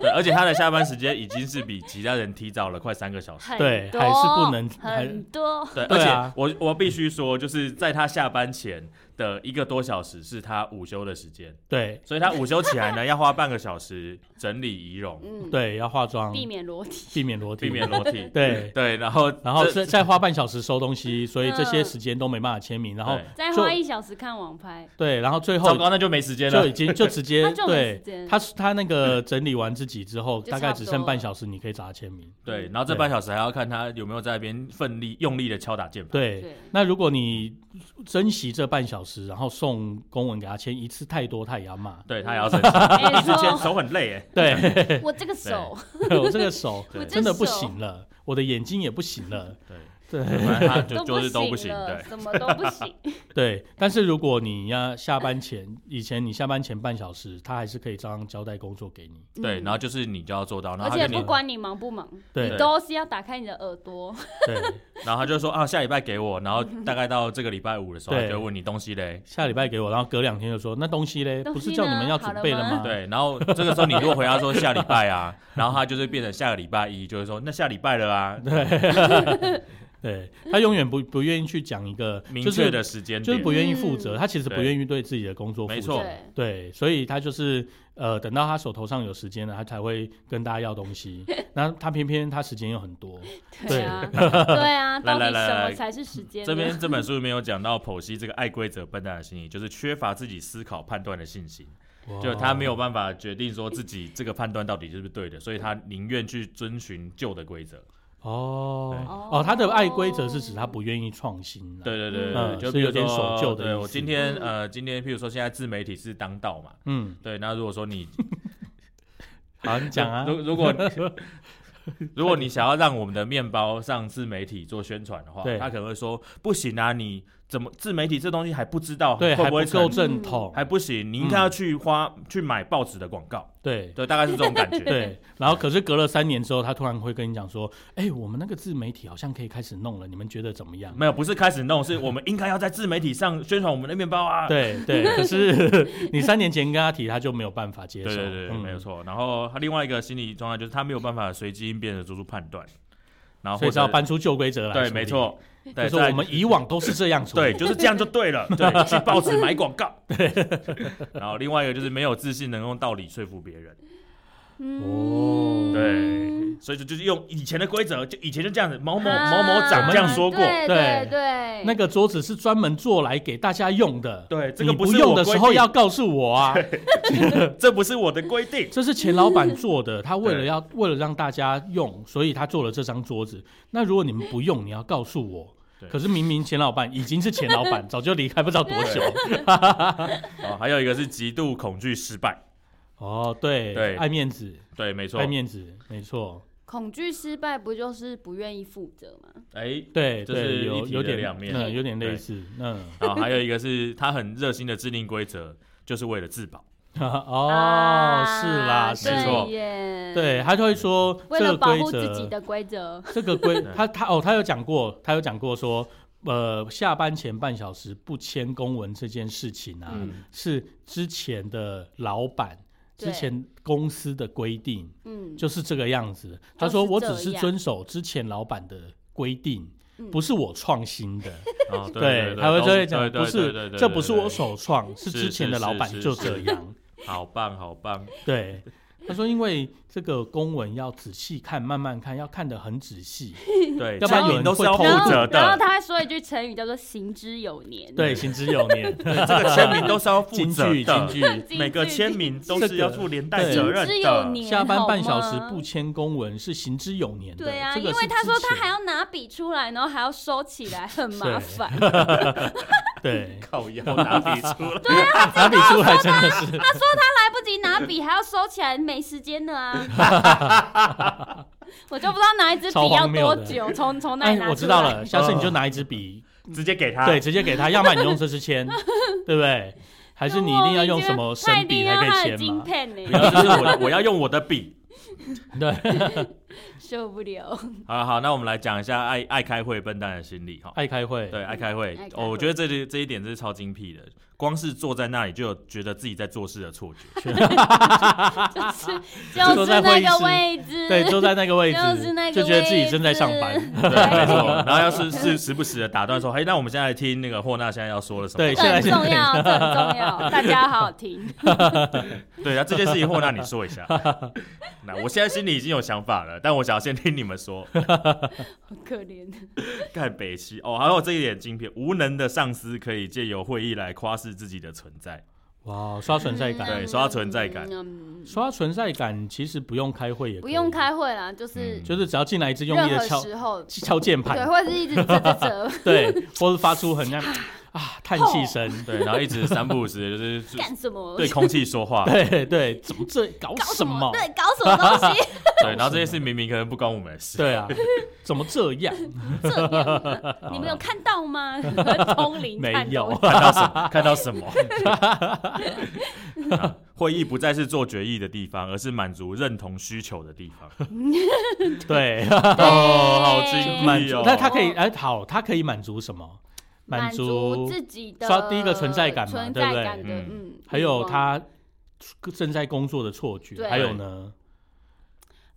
Speaker 1: 对，而且他的下班时间已经是比其他人提早了快三个小时。
Speaker 2: 很
Speaker 3: 对
Speaker 2: 多
Speaker 3: 还是不能还
Speaker 2: 很多，
Speaker 1: 对，
Speaker 3: 对
Speaker 1: 而
Speaker 3: 啊
Speaker 1: 且我我必须说，就是在他下班前的一个多小时是他午休的时间，
Speaker 3: 对
Speaker 1: 所以他午休起来呢，要花半个小时整理仪容，
Speaker 2: 嗯，，
Speaker 3: 对，要化妆，
Speaker 2: 避免裸体，
Speaker 3: 避免裸体，
Speaker 1: 避免裸体。
Speaker 3: 对。
Speaker 1: 对，然后
Speaker 3: 然后
Speaker 1: 这
Speaker 3: 再再花半小时收东西，所以这些
Speaker 2: 嗯
Speaker 3: 时间都没办法签名。然后
Speaker 1: 对
Speaker 2: 再
Speaker 3: 就
Speaker 2: 花一小时看网拍，
Speaker 3: 对，然后最
Speaker 1: 糟
Speaker 3: 后
Speaker 1: 糕，那就没时间
Speaker 3: 就
Speaker 1: 了
Speaker 3: 已。经就直接
Speaker 2: 他就没时
Speaker 3: 对
Speaker 2: 间
Speaker 3: 他他那个
Speaker 1: 嗯
Speaker 3: 整理完自己之后，
Speaker 2: 就
Speaker 3: 大概只
Speaker 2: 差不
Speaker 3: 剩
Speaker 2: 多
Speaker 3: 半小时，你可以找他签名。
Speaker 1: 对，然后这
Speaker 3: 对
Speaker 1: 半小时还要看他有没有在那边奋力用力的敲打键盘。。
Speaker 3: 对
Speaker 2: 对，
Speaker 3: 那如果你珍惜这半小时，然后送公文给他签一次太多，他也要骂
Speaker 1: 对他也要生气，
Speaker 2: 哎，
Speaker 1: 一直牵
Speaker 2: 说
Speaker 1: 手很累哎。
Speaker 3: 对
Speaker 2: 我这个手，
Speaker 3: 我这个 手
Speaker 1: 对
Speaker 3: 真的不
Speaker 2: 这手
Speaker 3: 行了，我的眼睛也不行了。
Speaker 1: 对，
Speaker 3: 对
Speaker 1: 反正他就
Speaker 2: 不
Speaker 1: 就是都不行，
Speaker 2: 了，
Speaker 1: 对，
Speaker 2: 什么都不行，
Speaker 3: 对，但是如果你要下班前，以前你下班前半小时，他还是可以照样交代工作给你。
Speaker 1: 对，
Speaker 2: 嗯
Speaker 1: 然后就是你就要做到，然
Speaker 2: 而
Speaker 1: 后他
Speaker 2: 且
Speaker 1: 跟你
Speaker 2: 不，管你忙不忙，
Speaker 3: 对
Speaker 2: 你都是要打开你的耳朵，
Speaker 3: 对，
Speaker 1: 然后他就说啊，下礼拜给我，然后大概到这个礼拜五的时候，
Speaker 3: 对
Speaker 1: 他就会问你东西嘞，
Speaker 3: 下礼拜给我，然后隔两天就说那东西嘞，
Speaker 2: 东
Speaker 3: 不
Speaker 2: 西
Speaker 3: 是叫你们
Speaker 2: 呢
Speaker 3: 要
Speaker 2: 好
Speaker 3: 准
Speaker 2: 了
Speaker 3: 备了
Speaker 2: 吗
Speaker 3: 吗？
Speaker 1: 对，然后这个时候你如果回答说下礼拜啊， 然后他就是变成下个礼拜一，就是说那下礼拜了啊，
Speaker 3: 对，他永远不不愿意去讲一个
Speaker 1: 明
Speaker 3: 就
Speaker 1: 确
Speaker 3: 是
Speaker 1: 的时间
Speaker 3: 就是
Speaker 1: 点
Speaker 3: 不，愿意负责，
Speaker 2: 嗯
Speaker 3: 他其实不
Speaker 1: 对
Speaker 3: 愿意对自己的工作负
Speaker 1: 没
Speaker 3: 责
Speaker 1: 错。
Speaker 2: 对，
Speaker 3: 对，所以他就是呃，等到他手头上有时间了，他才会跟大家要东 西。那他偏偏他时间又很多，
Speaker 2: 对啊，对啊，
Speaker 1: 来
Speaker 2: 到
Speaker 1: 来
Speaker 2: 底
Speaker 1: 来
Speaker 2: 什
Speaker 1: 来
Speaker 2: 么才是时间呢？
Speaker 1: 这边这本书里面有讲到剖析这个爱规则笨蛋的心理，就是缺乏自己思考判断的信心，就是他没有办法决定说自己这个判断到底是不是对的，所以他宁愿去遵循旧的规则。
Speaker 3: 哦
Speaker 1: 对
Speaker 3: 哦，他的爱规则是指他不愿意创新啦。
Speaker 1: 对对对对，
Speaker 2: 嗯
Speaker 1: 就是比如
Speaker 3: 有点
Speaker 1: 说
Speaker 3: 守旧的
Speaker 1: 对
Speaker 3: 意
Speaker 1: 我
Speaker 3: 思
Speaker 1: 今天
Speaker 2: 嗯
Speaker 1: 呃，今天譬如说现在自媒体是当道嘛，
Speaker 3: 嗯，
Speaker 1: 对，那如果说你
Speaker 3: 好，你讲啊，
Speaker 1: 如如果 如果你想要让我们的面包上自媒体做宣传的话
Speaker 3: 对，
Speaker 1: 他可能会说不行啊，你怎么自媒体这东西还不知道
Speaker 3: 对，
Speaker 1: 哦会
Speaker 3: 还
Speaker 1: 会
Speaker 3: 不够
Speaker 1: 成。
Speaker 3: 嗯正统，
Speaker 1: 还不行，你应该要去花、去买报纸的广告，
Speaker 3: 对。
Speaker 1: 对，大概是这种感觉。
Speaker 3: 对，然后可是隔了三年之后，他突然会跟你讲说：“哎、我们那个自媒体好像可以开始弄了，你们觉得怎么样
Speaker 1: 没有，不是开始弄，是我们应该要在自媒体上宣传我们的面包？”啊。
Speaker 3: 对 对，可是你三年前跟他提，他就没有办法接受。
Speaker 1: 对对对，
Speaker 3: 嗯
Speaker 1: 没有。错。然后他另外一个心理状态就是他没有办法随机应变的做出判断，然后
Speaker 3: 所
Speaker 1: 啊
Speaker 3: 以
Speaker 1: 或
Speaker 3: 是要
Speaker 1: 者
Speaker 3: 搬出旧规则来。
Speaker 1: 对，没，错，对，
Speaker 3: 就是
Speaker 1: 再
Speaker 3: 我们以往都是这样处理。
Speaker 1: 对，就是这样就对 了，对，去报 纸买广告。对，然后另外一个就是没有自信能用道理说服别人，
Speaker 2: 嗯
Speaker 3: 哦
Speaker 1: 对，所以就就是用以前的规则，就以前就这样子，某
Speaker 2: 某
Speaker 1: 某
Speaker 3: 啊
Speaker 1: 某某长这样说过，
Speaker 2: 啊对
Speaker 3: 对
Speaker 2: 对对，
Speaker 3: 那个桌子是专门做来给大家用的，
Speaker 1: 对，这
Speaker 3: 你
Speaker 1: 个
Speaker 3: 不
Speaker 1: 是
Speaker 3: 用
Speaker 1: 我
Speaker 3: 的时
Speaker 1: 规
Speaker 3: 候
Speaker 1: 定
Speaker 3: 要，告诉我啊。
Speaker 1: 这不是我的规定，
Speaker 3: 这是前老板做的，他为了要为了让大家用，所以他做了这张桌子。那如果你们不用，你要告诉我
Speaker 1: 对。
Speaker 3: 可是明明前老 板已经是前老板，早就离开不知道多久。
Speaker 1: 哦，还有一个是极度恐惧失败，
Speaker 3: 哦，对，
Speaker 1: 对
Speaker 3: 爱面子，
Speaker 1: 对，没错
Speaker 3: 爱，面子，没错，
Speaker 2: 恐惧失败不就是不愿意负责吗？
Speaker 1: 哎，
Speaker 3: 对
Speaker 1: 这是
Speaker 3: 对，
Speaker 1: 一
Speaker 3: 有
Speaker 1: 体
Speaker 3: 有
Speaker 1: 的
Speaker 3: 点
Speaker 1: 两面
Speaker 3: 嗯，有点类
Speaker 1: 对
Speaker 3: 似，嗯，
Speaker 1: 然后还有一个是他很热心的制定规则，就是为了自保，
Speaker 3: 哦，
Speaker 2: 啊
Speaker 3: 是啦，是
Speaker 1: 没
Speaker 2: 对
Speaker 1: 错
Speaker 2: 耶，
Speaker 3: 对，他就会说
Speaker 2: 为
Speaker 3: 这
Speaker 2: 了
Speaker 3: 个
Speaker 2: 保
Speaker 3: 规
Speaker 2: 护
Speaker 3: 则
Speaker 2: 自己的规则，
Speaker 3: 这个规
Speaker 1: 对
Speaker 3: 他他哦，他有讲过，他有讲过说，呃，下班前半小时不签公文这件事情啊，
Speaker 2: 嗯
Speaker 3: 是之前的老板。
Speaker 2: 对
Speaker 3: 之前公司的规定
Speaker 2: 嗯，
Speaker 3: 就是这个样子。他
Speaker 2: 就是
Speaker 3: 说：“我只
Speaker 2: 这
Speaker 3: 是
Speaker 2: 样
Speaker 3: 遵守之前老板的规定，
Speaker 2: 嗯
Speaker 3: 不是我创新的。
Speaker 1: 哦，对，
Speaker 3: 他会
Speaker 1: 都
Speaker 3: 这样
Speaker 1: 对
Speaker 3: 讲，不
Speaker 1: 对对
Speaker 3: 是
Speaker 1: 对，对
Speaker 3: 这不是
Speaker 1: 对
Speaker 3: 我首创，是
Speaker 1: 是
Speaker 3: 之前
Speaker 1: 是
Speaker 3: 的老
Speaker 1: 是
Speaker 3: 板
Speaker 1: 是
Speaker 3: 就是这样。
Speaker 1: 好棒，好棒，
Speaker 3: 对，他说因为这个公文要仔细看，慢慢看，要看得很仔细。
Speaker 1: 对，
Speaker 3: 要不
Speaker 1: 产
Speaker 3: 然有
Speaker 1: 品
Speaker 3: 人
Speaker 1: 都是要
Speaker 3: 会
Speaker 1: 负
Speaker 3: 偷
Speaker 2: 然后
Speaker 1: 责
Speaker 2: 然后
Speaker 1: 的，
Speaker 2: 他还说一句成语叫做“行之有年”，
Speaker 3: 对，行之有年，
Speaker 1: 这个签名都是要负
Speaker 3: 京
Speaker 1: 责
Speaker 3: 剧，京
Speaker 1: 的，
Speaker 3: 剧。
Speaker 2: 金句，
Speaker 1: 每个签名都
Speaker 3: 这
Speaker 1: 是
Speaker 3: 个
Speaker 1: 要负连带
Speaker 3: 对
Speaker 1: 责
Speaker 2: 行之
Speaker 1: 任
Speaker 2: 有
Speaker 1: 的，
Speaker 2: 年，
Speaker 3: 下班半小时
Speaker 2: 好吗
Speaker 3: 不签公文是行之有年的。
Speaker 2: 对啊，
Speaker 3: 这
Speaker 2: 因
Speaker 3: 个
Speaker 2: 为
Speaker 3: 是
Speaker 2: 他
Speaker 3: 之
Speaker 2: 说他
Speaker 3: 前
Speaker 2: 还要拿笔出来，然后还要收起来，很麻
Speaker 3: 是
Speaker 2: 烦。
Speaker 3: 对
Speaker 1: 靠腰拿笔出来，
Speaker 3: 拿笔出来真的 是，
Speaker 2: 他说他来不及拿笔，还要收起来，没时间了啊。 我就不知道拿一支笔要多久，从从哪里
Speaker 3: 哎，
Speaker 2: 拿
Speaker 3: 我
Speaker 2: 出
Speaker 3: 知
Speaker 2: 来
Speaker 3: 道了，下次你就拿一支笔，
Speaker 1: 直接给他，
Speaker 3: 对，直接给他，要么你用这支 签，对不对？还是你一定要用什么
Speaker 2: 他一
Speaker 3: 神
Speaker 2: 定
Speaker 3: 笔
Speaker 2: 要
Speaker 3: 才可
Speaker 2: 他
Speaker 3: 以
Speaker 2: 的
Speaker 3: 签
Speaker 2: 金
Speaker 3: 嘛？
Speaker 2: 片
Speaker 1: 不要，
Speaker 2: 呢，
Speaker 1: 就是我我要用我的笔。
Speaker 3: 对，
Speaker 2: 受不 了。
Speaker 1: 好好，那我们来讲一下爱爱开会笨蛋的心理哈。
Speaker 3: 爱开会，
Speaker 1: 对，爱开会
Speaker 2: 爱开
Speaker 1: 哦，我
Speaker 2: 会
Speaker 1: 觉得这里这一点真是超精辟的，光是坐在那里就有觉得自己在做事的错觉。
Speaker 2: 就是
Speaker 3: 坐
Speaker 2: 就
Speaker 3: 在会
Speaker 2: 是那
Speaker 3: 议
Speaker 2: 个
Speaker 3: 室
Speaker 2: 位置，
Speaker 3: 对，坐在那个位置
Speaker 2: 就是那，个
Speaker 3: 就觉得自己正在上
Speaker 2: 位
Speaker 3: 班
Speaker 2: 置。
Speaker 1: 对，没 错。然后要是是时不时的打断说，哎，那我们现在来听那个霍纳现在要说了什么？
Speaker 3: 对
Speaker 2: 这
Speaker 3: 现在
Speaker 2: 很
Speaker 3: 是
Speaker 2: 重要，这很重要，大家好好听。
Speaker 1: 对啊，这件事情霍纳你说一 下。那我现在心里已经有想法了，但我想要先听你们 说。
Speaker 2: 好可怜，
Speaker 1: 干北西哦，还有这一点精辟，无能的上司可以借由会议来夸示自己的存在。
Speaker 3: 哇，刷存在感，
Speaker 1: 对刷存在感
Speaker 2: 嗯嗯
Speaker 3: 刷存在感其实不用开会也可以
Speaker 2: 不用，开会啦，就是
Speaker 1: 嗯
Speaker 3: 就是只要进来一直用
Speaker 2: 任
Speaker 3: 力的
Speaker 2: 何
Speaker 3: 敲
Speaker 2: 时候，
Speaker 3: 敲键
Speaker 2: 对，
Speaker 3: 盘，
Speaker 2: 或者是一直啧啧啧，
Speaker 3: 对，或是发出很像啊叹气声，
Speaker 1: 对，然后一直三不五时就是
Speaker 2: 干什么？
Speaker 1: 对空气说话。
Speaker 3: 对对，怎么这搞
Speaker 2: 搞
Speaker 3: 什么？
Speaker 2: 对，搞什么东 西？
Speaker 1: 对，然后这件事明明可能不关我们的事。
Speaker 3: 对啊，怎么这 样？
Speaker 2: 这样啊、你们有看到吗？通灵
Speaker 3: 没
Speaker 2: 看
Speaker 3: 有
Speaker 2: 东西，
Speaker 1: 看到什么？看到什 么？ 啊会议不再是做决议的地方，而是满足认同需求的地方。
Speaker 3: 对，
Speaker 1: 哦，好精
Speaker 3: 满
Speaker 1: 辟
Speaker 3: 足
Speaker 1: 哦。
Speaker 3: 那他可以哎好，他可以满足什么？
Speaker 2: 满
Speaker 3: 足
Speaker 2: 自己的
Speaker 3: 刷第一个存在感嘛
Speaker 2: 存
Speaker 3: 对不
Speaker 2: 在
Speaker 3: 对
Speaker 2: 感的，
Speaker 1: 嗯
Speaker 2: 嗯，
Speaker 3: 还有他正在工作的错觉，
Speaker 2: 对
Speaker 3: 还有呢，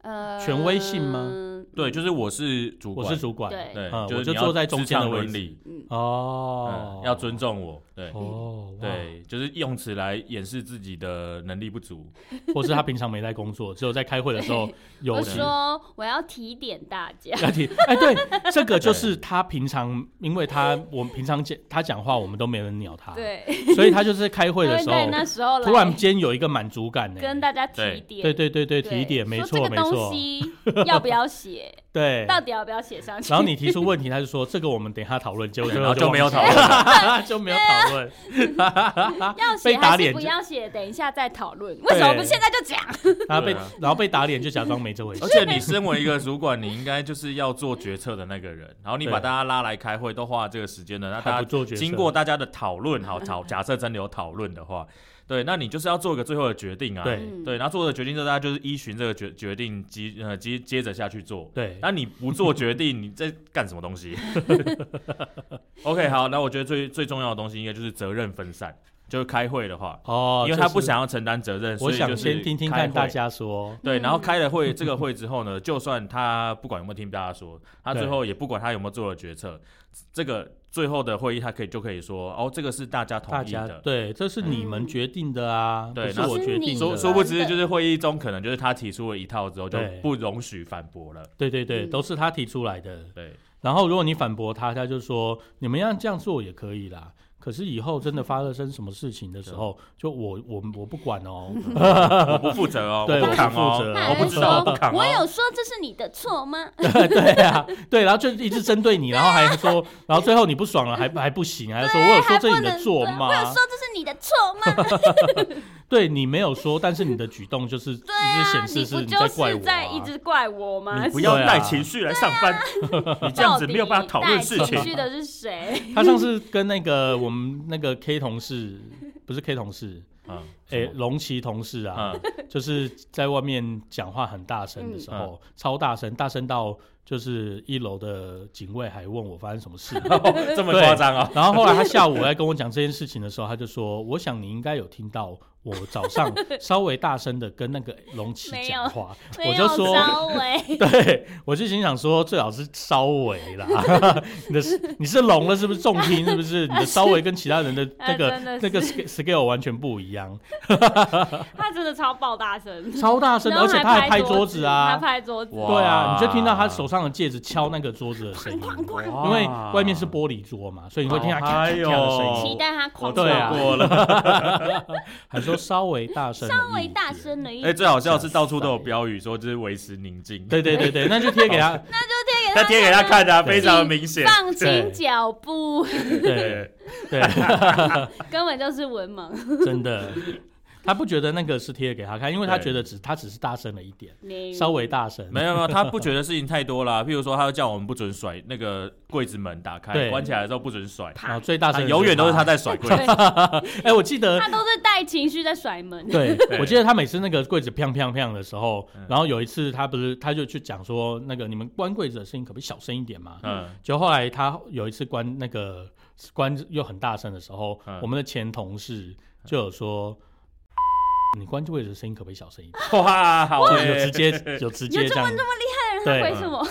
Speaker 2: 呃
Speaker 3: 权威性吗？
Speaker 1: 对，就是我是主
Speaker 3: 我
Speaker 1: 管，
Speaker 3: 是主管，
Speaker 2: 对
Speaker 1: 对，
Speaker 3: 嗯
Speaker 1: 就是
Speaker 3: 我就
Speaker 1: 你要
Speaker 3: 坐在中间的
Speaker 1: 职场
Speaker 3: 位置
Speaker 1: 伦理，
Speaker 2: 嗯，
Speaker 3: 哦
Speaker 1: 嗯，，要尊重我。对，
Speaker 3: 哦，哇，
Speaker 1: 对，就是用此来掩饰自己的能力不足。
Speaker 3: 或是他平常没在工作，只有在开会的时 候有
Speaker 2: 我
Speaker 3: 提
Speaker 2: 说我要提点大家，
Speaker 3: 要提。哎，对，这个就是他平常，因为他我们平常讲他讲话，我们都没人鸟他，，
Speaker 2: 对，
Speaker 3: 所以他就是开会
Speaker 2: 因
Speaker 3: 的
Speaker 2: 为
Speaker 3: 时
Speaker 2: 在
Speaker 3: 候，
Speaker 2: 那时候来
Speaker 3: 突然间有一个满足感呢。
Speaker 2: 跟大家提点，
Speaker 3: 对对对对，提一点，没
Speaker 2: 说
Speaker 3: 错
Speaker 2: 这
Speaker 3: 没
Speaker 2: 个
Speaker 3: 错
Speaker 2: 东，西要不要写，
Speaker 3: 对。
Speaker 2: 到底要不要写上去？
Speaker 3: 然后你提出问题，他就说这个我们等一下讨论，结果
Speaker 1: 对
Speaker 3: 最
Speaker 1: 然
Speaker 3: 后
Speaker 1: 后就没有
Speaker 3: 忘记
Speaker 1: 讨论。
Speaker 3: 了， 就没有
Speaker 2: 啊
Speaker 3: 讨论。
Speaker 2: 要
Speaker 3: 被
Speaker 2: 写
Speaker 3: 打
Speaker 2: 还是
Speaker 3: 脸
Speaker 2: 不
Speaker 3: 就
Speaker 2: 要写？等一下再讨论。为什么不现在就讲？
Speaker 3: 然后被
Speaker 1: 对啊
Speaker 3: 然后被打脸，就假装没这回事
Speaker 1: 而。且你身为一个主管，你应该就是要做决策的那个人，然后你
Speaker 3: 对
Speaker 1: 把大家拉来开会，都花了这个时间了，那
Speaker 3: 还
Speaker 1: 大
Speaker 3: 不做决
Speaker 1: 家
Speaker 3: 策
Speaker 1: 经过大家的讨论，好讨假设真的有讨论的话，对，那你就是要做一个最后的决定啊，
Speaker 3: 对
Speaker 2: 嗯
Speaker 1: 对，然后做了决定之后，大家就是依循这个决决定接呃接接着下去做。
Speaker 3: 对，
Speaker 1: 那你不做决定，你在干什么东 西？OK，好，那我觉得最最重要的东西应该就是责任分散。就是开会的话，
Speaker 3: 哦，
Speaker 1: 因为他
Speaker 3: 这是
Speaker 1: 不想要承担责任，
Speaker 3: 我
Speaker 1: 所以
Speaker 3: 想
Speaker 1: 就是
Speaker 3: 先听听
Speaker 1: 开
Speaker 3: 看
Speaker 1: 会
Speaker 3: 大家说，
Speaker 1: 对，
Speaker 2: 嗯
Speaker 1: 然后开了会，这个会之后呢，就算他不管有没有听大家说，他最后也不管他有没有做了决策，这个最后的会议他可以就可以说，哦，这个是大家同
Speaker 3: 大
Speaker 1: 意
Speaker 3: 家
Speaker 1: 的。
Speaker 3: 对，这是你们
Speaker 2: 嗯
Speaker 3: 决定的啊，
Speaker 1: 对
Speaker 3: 不是
Speaker 1: 那
Speaker 3: 我
Speaker 2: 是
Speaker 3: 决
Speaker 2: 你
Speaker 3: 定
Speaker 2: 的
Speaker 1: 殊
Speaker 3: 的。
Speaker 1: 殊不知，就是会议中可能就是他提出了一套之后，就
Speaker 3: 对
Speaker 1: 不容许反驳了。
Speaker 3: 对对对，
Speaker 2: 嗯
Speaker 3: 都是他提出来的。
Speaker 1: 对，
Speaker 3: 然后如果你反驳他，他就说你们要这样做也可以啦。可是以后真的发生什么事情的时候，就我我我不管哦，
Speaker 1: 我不负责 哦，
Speaker 3: 对
Speaker 1: 我不扛
Speaker 3: 我不负
Speaker 1: 哦
Speaker 3: 责，
Speaker 2: 他
Speaker 1: 我
Speaker 2: 还
Speaker 1: 不
Speaker 2: 会
Speaker 1: 知道，
Speaker 2: 说
Speaker 1: 我不扛
Speaker 2: 我
Speaker 1: 哦。
Speaker 2: 有说这是你的错吗？
Speaker 3: 对啊，对，然后就一直针对你，然后还说， 然后最后你不爽了还还不行，还说我有说
Speaker 2: 还
Speaker 3: 这
Speaker 2: 不
Speaker 3: 是
Speaker 2: 能
Speaker 3: 你的错
Speaker 2: 我有
Speaker 3: 吗
Speaker 2: 说？这是你的错 吗？
Speaker 3: 对你没有说，但是你的举动 就是一
Speaker 2: 对啊
Speaker 3: 直显，示
Speaker 2: 你
Speaker 3: 是
Speaker 2: 不
Speaker 3: 你
Speaker 2: 就
Speaker 3: 怪
Speaker 2: 是
Speaker 3: 我
Speaker 2: 在一
Speaker 3: 啊。
Speaker 2: 直怪我吗？
Speaker 1: 你不要
Speaker 3: 对啊
Speaker 1: 带情绪来上班，你这样子没有办法讨论事
Speaker 2: 到底带情绪
Speaker 1: 情。
Speaker 2: 的是谁？
Speaker 3: 他上次跟那个我们那个 K 同事，不是 K 同事，
Speaker 1: 嗯，
Speaker 3: 哎，龙骑同事 啊，
Speaker 1: 嗯，
Speaker 3: 就是在外面讲话很大声的时候，超大声，大声到就是一楼的警卫还问我发生什么事。
Speaker 1: 这么夸张哦。
Speaker 3: 然后后来他下午来跟我讲这件事情的时候，他就说：“我想你应该有听到我早上稍微大声的跟那个龙骑
Speaker 2: 没有
Speaker 3: 讲话。”
Speaker 2: 没
Speaker 3: 我
Speaker 2: 有欸
Speaker 3: 就说
Speaker 2: 稍微：“
Speaker 3: 对，我就心想说最好是稍微啦， 你的你是聋了是不是？重听是不是？你的稍微跟其他人的那
Speaker 2: 他
Speaker 3: 个
Speaker 2: 啊真的
Speaker 3: 那个
Speaker 2: 是
Speaker 3: sca- scale 完全不一 样，
Speaker 2: 他真的超爆大声，
Speaker 3: 超大声的，而且他还拍桌子啊，
Speaker 2: 他拍桌子，
Speaker 1: 哇
Speaker 3: 对啊，你就听到他手上的戒指敲那个桌子的声音，
Speaker 2: 哐哐
Speaker 1: 哇
Speaker 3: 因为外面是玻璃桌嘛，所以你会听到
Speaker 1: 好
Speaker 3: 咔咔咔
Speaker 1: 嗨哟
Speaker 3: 的声
Speaker 2: 期
Speaker 3: 音。
Speaker 2: 待他狂
Speaker 1: 我错
Speaker 2: 笑
Speaker 3: 对啊
Speaker 1: 过了。
Speaker 3: 还说稍微大声，
Speaker 2: 稍微大。声了一
Speaker 1: 哎、
Speaker 2: 点，
Speaker 1: 最好笑是到处都有标语说这是维持宁静，
Speaker 3: 对对对对，那就贴给他。
Speaker 2: 就贴给
Speaker 1: 他
Speaker 2: 他
Speaker 1: 贴给他看的、啊，
Speaker 3: 对
Speaker 1: 非常明显。
Speaker 2: 放轻脚步，
Speaker 3: 对对，
Speaker 2: 根本就是文盲，
Speaker 3: 真的，他不觉得那个是贴给他看，因为他
Speaker 1: 对
Speaker 3: 觉得只他只是大声了一点，
Speaker 2: 没
Speaker 3: 稍微大声。
Speaker 1: 没有没有，他不觉得事情太多啦。譬如说，他就叫我们不准甩那个柜子门打开，
Speaker 3: 对
Speaker 1: 关起来的时候不准甩，
Speaker 3: 然后哦最大
Speaker 1: 他
Speaker 3: 声的
Speaker 1: 永远都是他
Speaker 3: 他。
Speaker 1: 在甩柜子。
Speaker 2: 对，
Speaker 3: 哎，我记 得
Speaker 2: 他都是带情绪在甩门，
Speaker 3: 对
Speaker 1: 对，
Speaker 3: 我记得他每次那个柜子砰砰砰的时候
Speaker 1: 嗯，
Speaker 3: 然后有一次他不是他就去讲说，那个你们关柜子的声音可不可以小声一点嘛？
Speaker 1: 嗯，
Speaker 3: 就后来他有一次关那个关又很大声的时候，
Speaker 1: 嗯
Speaker 3: 我们的前同事就有说。你关注位置的声音可不可以小声一点？
Speaker 1: 哇，好
Speaker 3: 就有直
Speaker 1: 欸，
Speaker 3: 接有直接这样，
Speaker 2: 他
Speaker 3: 对
Speaker 2: 为什么？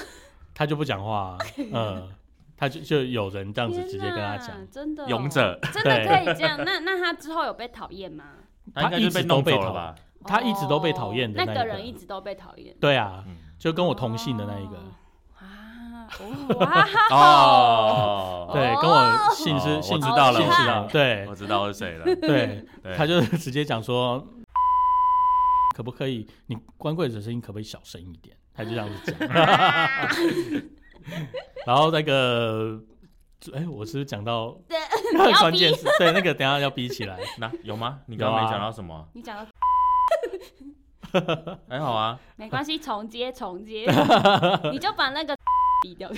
Speaker 3: 他就不讲话啊，嗯，他就就有人这样子直接跟他
Speaker 2: 天
Speaker 3: 讲
Speaker 2: 哪，，真的哦
Speaker 1: 勇，者，
Speaker 2: 真的可以这样？那那他之后有被讨厌吗？
Speaker 1: 他应该就被弄走了吧？
Speaker 3: 他一直都被讨厌的
Speaker 2: 哦
Speaker 3: 那
Speaker 2: 那
Speaker 3: 一个
Speaker 2: 人一直都被讨厌，
Speaker 3: 对啊，
Speaker 1: 嗯
Speaker 3: 就跟我同姓的那一个，
Speaker 2: 啊，哦哇，
Speaker 1: 哦，
Speaker 3: 对，
Speaker 2: 哦
Speaker 3: 跟我姓
Speaker 1: 哦
Speaker 3: 是
Speaker 1: 我
Speaker 3: 姓
Speaker 1: 知道了
Speaker 3: 姓
Speaker 2: 我
Speaker 3: 是
Speaker 2: 知道
Speaker 3: 啊
Speaker 2: 了，
Speaker 3: 对
Speaker 1: 我知道是谁 了。
Speaker 3: 对，
Speaker 1: 对，
Speaker 3: 他就 直接讲说，可不可以你关柜子的声音可不可以小声一点？他就这样子讲，
Speaker 2: 啊
Speaker 3: 哦然后那个，哎、我是不是讲到
Speaker 2: 你要
Speaker 3: 关
Speaker 2: 逼
Speaker 3: 键词？对，那个等一下要逼起来。
Speaker 1: 那有吗？你刚刚
Speaker 3: 有
Speaker 1: 没
Speaker 3: 啊
Speaker 1: 讲到什么？
Speaker 2: 你讲到
Speaker 1: 还好啊，
Speaker 2: 没关系，重接重接， 你就把那个 逼掉。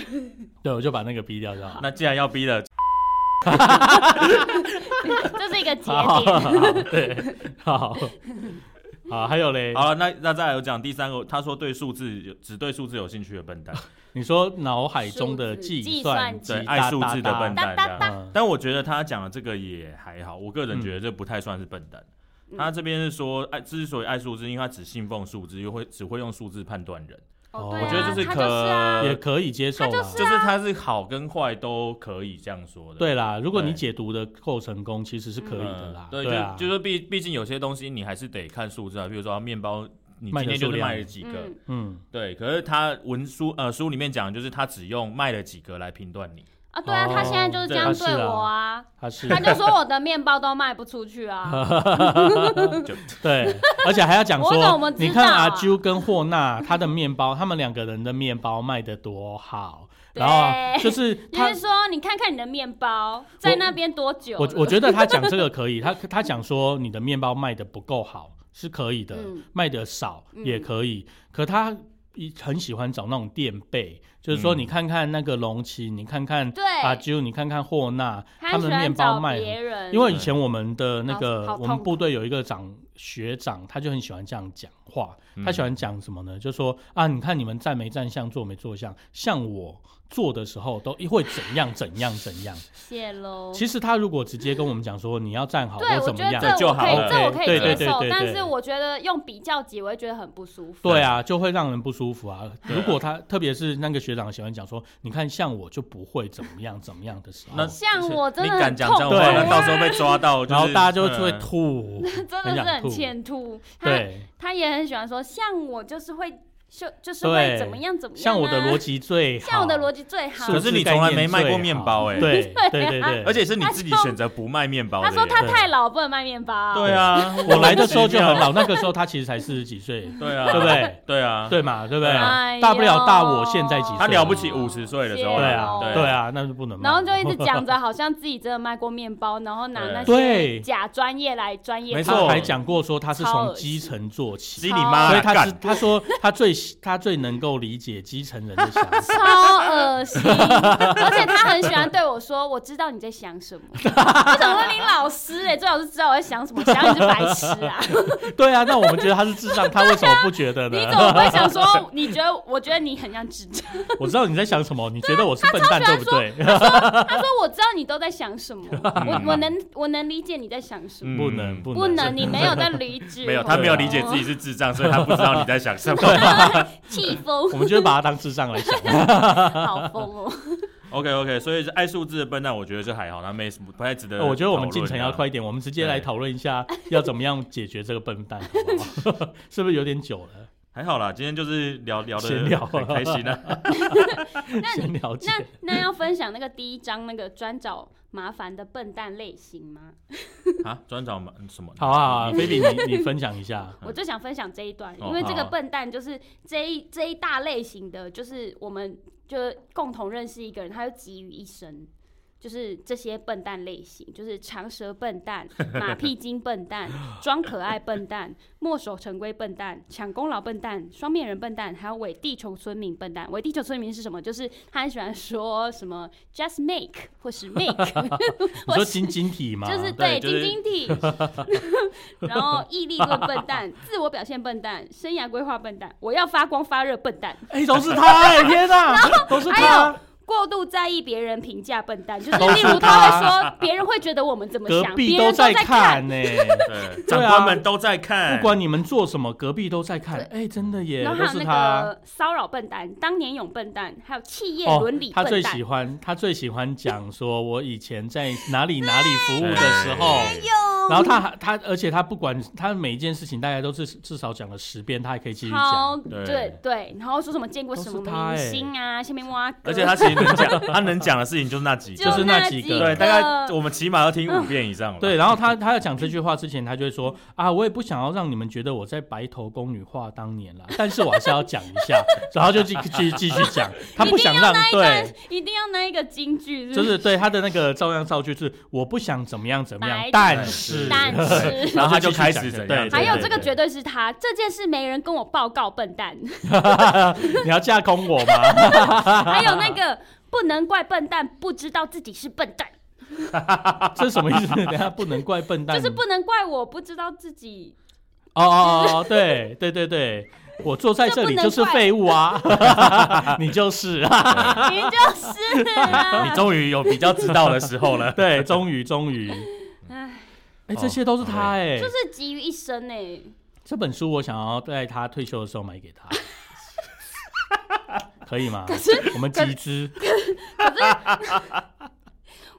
Speaker 3: 对，我就把那个逼掉就好。
Speaker 1: 那既然要逼了，
Speaker 2: 这是一个 节
Speaker 3: 好，
Speaker 2: 点。
Speaker 3: 好对，好，好，还有嘞，
Speaker 1: 好了，那那再来我讲第三个，他说对数字有只对数字有兴趣的笨蛋，
Speaker 3: 你说脑海中的
Speaker 2: 数字
Speaker 3: 计
Speaker 2: 计
Speaker 3: 算
Speaker 2: 算
Speaker 3: 机
Speaker 1: 对，，爱数字的笨
Speaker 3: 哒
Speaker 1: 蛋
Speaker 3: 嗯
Speaker 1: 这样。
Speaker 3: 哒嗯哒。
Speaker 1: 但我觉得他讲的这个也还好，我个人觉得这不太算是笨蛋。
Speaker 2: 嗯
Speaker 1: 他这边是说，爱之所以爱数字，因为他只信奉数字，又会只会用数字判断人，
Speaker 2: 哦，对啊，
Speaker 3: 我觉得
Speaker 1: 这是
Speaker 2: 他
Speaker 1: 可
Speaker 2: 就是啊
Speaker 3: 嗯，也可以接受
Speaker 2: 他就
Speaker 3: 啦
Speaker 2: 是。
Speaker 1: 就是他是好跟坏都可以这样说的。
Speaker 3: 啊对啦，如果你
Speaker 1: 对
Speaker 3: 解读的够成功，其实是可
Speaker 1: 嗯，
Speaker 3: 以的啦。
Speaker 1: 对，
Speaker 3: 对啊，
Speaker 1: 就就是毕毕竟有些东西你还是得看数字啊，比如说面包，你今天就是卖了几个，
Speaker 2: 嗯
Speaker 3: 嗯，
Speaker 1: 对。可是他文书呃书里面讲，就是他只用卖了几个来评断你，
Speaker 2: 啊，对啊，
Speaker 3: 哦
Speaker 2: 他现在就是这
Speaker 3: 对啊
Speaker 2: 样
Speaker 3: 是
Speaker 2: 对
Speaker 3: 啊
Speaker 2: 我啊，
Speaker 3: 他是
Speaker 2: 他就说我的面包都卖不出 去啊，
Speaker 3: 对，而且还要讲
Speaker 2: 我怎么
Speaker 3: 说，
Speaker 2: 知
Speaker 3: 你看
Speaker 2: 道啊
Speaker 3: 阿啾跟霍娜他的面包，他们两个人的面包卖的多好，
Speaker 2: 对
Speaker 3: 然后啊就是
Speaker 2: 就
Speaker 3: 他
Speaker 2: 是，说你看看你的面包在那边多久了
Speaker 3: 我我觉得他讲这个可以，他他讲说你的面包卖的不够好是可以的，
Speaker 2: 嗯
Speaker 3: 卖的少
Speaker 2: 嗯
Speaker 3: 也可以，可他。一很喜欢找那种垫背，就是说
Speaker 1: 嗯
Speaker 3: 你看看那个龙骑，你看看
Speaker 2: 对
Speaker 3: 阿啾，你看看霍娜，
Speaker 2: 他很
Speaker 3: 们
Speaker 2: 喜
Speaker 3: 面
Speaker 2: 欢
Speaker 3: 包
Speaker 2: 找
Speaker 3: 卖很
Speaker 2: 别人，
Speaker 3: 因为以前我们的那
Speaker 2: 嗯好好
Speaker 3: 个
Speaker 2: 痛苦
Speaker 3: 我们部队有一个长学长他就很喜欢这样讲话，
Speaker 1: 嗯
Speaker 3: 他喜欢讲什么呢？就说啊，你看你们站没站相，做没做相，像我做的时候都会怎样怎样怎样。
Speaker 2: 谢喽。
Speaker 3: 其实他如果直接跟我们讲说你要站好
Speaker 2: 哦对，
Speaker 3: 或
Speaker 2: 我
Speaker 3: 怎
Speaker 2: 觉
Speaker 3: 么
Speaker 2: 得
Speaker 3: 样，
Speaker 1: 对
Speaker 2: 这
Speaker 1: 就
Speaker 2: 我
Speaker 1: 好
Speaker 2: 可以，
Speaker 1: 了
Speaker 2: 这我
Speaker 3: 对
Speaker 2: 可
Speaker 3: 对
Speaker 2: 以接
Speaker 3: 对
Speaker 2: 受
Speaker 3: 对，
Speaker 2: 但
Speaker 3: 对
Speaker 2: 是我觉得用比较级，我会觉得很不舒服。
Speaker 3: 对啊，就会让人不舒服啊。
Speaker 1: 对
Speaker 3: 如果他特别是那个学长喜欢讲说，你看像我就不会怎么样怎么样的时候，
Speaker 1: 那
Speaker 2: 像我真
Speaker 1: 你
Speaker 2: 的
Speaker 1: 敢
Speaker 2: 很
Speaker 1: 讲
Speaker 2: 痛
Speaker 1: 这样
Speaker 2: 苦啊
Speaker 1: 话，那
Speaker 3: 对
Speaker 1: 到时候被抓 到，
Speaker 3: 然后
Speaker 1: 是
Speaker 3: 大家就会
Speaker 1: 嗯
Speaker 3: 吐。
Speaker 2: 真的
Speaker 3: 很
Speaker 2: 是
Speaker 3: 想
Speaker 2: 很
Speaker 3: 吐
Speaker 2: 欠吐。他
Speaker 3: 对，
Speaker 2: 他也很喜欢说，像我就是会就就是
Speaker 3: 对
Speaker 2: 会怎么样怎么样、啊，
Speaker 3: 像我的逻，辑最好，
Speaker 2: 像我的逻辑最好
Speaker 3: 数。
Speaker 1: 可
Speaker 3: 字
Speaker 1: 是你从来
Speaker 3: 概念
Speaker 1: 没卖过
Speaker 3: 最好
Speaker 1: 面包欸
Speaker 3: 对对对对，
Speaker 1: 而且是你自己选择不卖面包的
Speaker 2: 他
Speaker 1: 耶。
Speaker 2: 说他
Speaker 3: 对
Speaker 2: 太老不能卖面包，
Speaker 1: 对啊，
Speaker 3: 我来的时候就很
Speaker 1: 老，
Speaker 3: 老，那个时候他其实才四十几岁，
Speaker 1: 对啊，
Speaker 3: 对不？对？
Speaker 1: 对啊，
Speaker 3: 对嘛，对不对？
Speaker 2: 哎呦
Speaker 3: 大不了大我现在几岁
Speaker 1: 他了不起50岁的时候对
Speaker 2: 谢哦
Speaker 3: 对
Speaker 2: 了
Speaker 3: 啊，
Speaker 1: 对
Speaker 3: 对啊，那就不能嘛。
Speaker 2: 然后就一直讲着，好像自己真的卖过面包，然后拿那些
Speaker 3: 对
Speaker 2: 假专业来专业
Speaker 1: 没
Speaker 2: 化，
Speaker 1: 错
Speaker 3: 他还讲过说他是
Speaker 2: 超
Speaker 3: 从
Speaker 2: 恶心
Speaker 3: 基层做
Speaker 1: 鸡
Speaker 3: 起，
Speaker 1: 你妈
Speaker 3: 所以
Speaker 1: 啊！
Speaker 3: 他知
Speaker 1: 干，
Speaker 3: 他说他最他最能够理解基层人的想法。
Speaker 2: 超恶心。而且他很喜欢对我说：“我知道你在 想什么。”我想说你老师哎、欸，最好是知道我在想什么，想你是白痴 啊！
Speaker 3: 对啊，那我们觉得他是智障，他为什么不觉得
Speaker 2: 你
Speaker 3: 呢
Speaker 2: 怎？么会想说？你觉得？我觉得你很像智障。
Speaker 3: 我知道你在想什么，你觉得我是笨蛋对不对？
Speaker 2: 他说：“我知道你都在想什么，我我能我能理解你在想什么，
Speaker 1: 嗯
Speaker 3: 不能
Speaker 2: 不能
Speaker 3: 是
Speaker 2: 你没有在理哦 解，
Speaker 1: 没有，他没有理解自己是智障，所以他不知道你在想什么。
Speaker 3: 啊
Speaker 2: 气疯
Speaker 3: 我，们就是把他当智障来想。
Speaker 2: 好疯哦！
Speaker 1: OK OK，所以是爱数字的笨蛋，我觉得这还好，那没什么不太值得。
Speaker 3: 我觉得我们进程要快。一点，我们直接来
Speaker 1: 对
Speaker 3: 讨论一下要怎么样解决这个笨蛋，好 不好是不是有点久了？
Speaker 1: 还好啦，今天就是聊聊
Speaker 3: 闲
Speaker 1: 的
Speaker 3: 聊
Speaker 1: 很开心啊。
Speaker 2: 那你
Speaker 3: 先了解。
Speaker 2: 那那要分享那个第一章那个专找麻烦的笨蛋类型吗？
Speaker 1: 啊，专长嘛什么？嗯
Speaker 3: 好啊，好 啊，菲比，你你分享一下。
Speaker 2: 我就想分享这一段，
Speaker 1: 哦
Speaker 2: 因为这个
Speaker 1: 好
Speaker 2: 笨蛋就是这一这一大类型的，就是我们就共同认识一个人，他就集于一身。就是这些笨蛋类型，就是长舌笨蛋、马屁精笨蛋、装可爱笨蛋、墨守成规笨蛋、抢功劳笨蛋、双面人笨蛋，还有伪地球村民笨蛋。伪地球村民是什么？就是他很喜欢说什么 “just make” 或是 “make”，
Speaker 3: 你说晶晶体吗？
Speaker 2: 就是
Speaker 1: 对
Speaker 2: 对
Speaker 1: 就是
Speaker 2: 晶晶体， 然后毅力论笨蛋，自我表现笨蛋，生涯规划笨蛋，我要发光发热笨蛋，
Speaker 3: 哎，都是 他，哎，天哪，都是
Speaker 2: 还
Speaker 3: 他，
Speaker 2: 过度在意别人评价笨蛋，就是
Speaker 3: 都是
Speaker 2: 例如他会说别人会觉得我们怎么
Speaker 3: 隔
Speaker 2: 想，
Speaker 3: 壁
Speaker 2: 别人
Speaker 3: 在
Speaker 2: 在，
Speaker 3: 看呢。
Speaker 1: 对，长官们都在看，
Speaker 3: 啊不管你们做什么，隔壁都在看。哎，真的耶，
Speaker 2: 然
Speaker 3: 都
Speaker 2: 后还
Speaker 3: 是
Speaker 2: 有那
Speaker 3: 他。
Speaker 2: 个骚扰笨蛋、当年勇笨蛋，还有企业
Speaker 3: 哦
Speaker 2: 伦理，
Speaker 3: 他最
Speaker 2: 笨蛋
Speaker 3: 喜。欢他最喜欢讲说，我以前在哪里哪里服务的时 候，
Speaker 2: 哎
Speaker 1: 哎
Speaker 3: 然后他还他而且他不管他每一件事情，大概都是至少讲了十遍，他还可以继续
Speaker 2: 超
Speaker 3: 讲。
Speaker 1: 对
Speaker 2: 对对，然后说什么见过
Speaker 3: 都
Speaker 2: 什
Speaker 3: 是
Speaker 2: 么
Speaker 3: 他欸
Speaker 2: 明星啊，下面挖哥，
Speaker 1: 而且他其实能讲， 他能讲的事情就是那几
Speaker 3: 就
Speaker 1: 个，
Speaker 3: 是那几个
Speaker 1: 对，大概我们起码要听五遍以上了。
Speaker 3: 对，然后他他要讲这句话之前，他就会说啊，我也不想要让你们觉得我在白头宫女话当年啦， 但是我还是要讲一下， 然后就继继继续 讲，他不想让对，
Speaker 2: 一定要那一个京剧，不
Speaker 3: 就是对他的那个照样造句是我不想怎么样怎么样
Speaker 2: 白，
Speaker 3: 但是
Speaker 2: 但是
Speaker 1: 然后他就
Speaker 3: 继续
Speaker 1: 开
Speaker 3: 讲
Speaker 1: 始
Speaker 3: 下
Speaker 1: 怎
Speaker 3: 对
Speaker 1: 样
Speaker 3: 对
Speaker 2: 还有
Speaker 3: 对
Speaker 2: 这个
Speaker 3: 对
Speaker 2: 绝对是他，这件事没人跟我报告，笨蛋。
Speaker 3: 你要架空我吗？
Speaker 2: 还有那个不能怪笨蛋不知道自己是笨蛋，
Speaker 3: 这是什么意思？等一下不能怪笨蛋，
Speaker 2: 就是不能怪我不知道自己。
Speaker 3: 哦哦哦哦，对对对对，我坐在这里就是废物啊， 你就是啊，
Speaker 2: 你就是
Speaker 1: 你
Speaker 2: 啊，
Speaker 1: 终于有比较知道的时候了。
Speaker 3: 对，终于终于，
Speaker 2: 唉哦
Speaker 3: 哎，这些都是他哎、
Speaker 2: 就是集于一欸身呢、
Speaker 3: 这本书我想要在他退休的时候买给他， 可以吗？我们集资，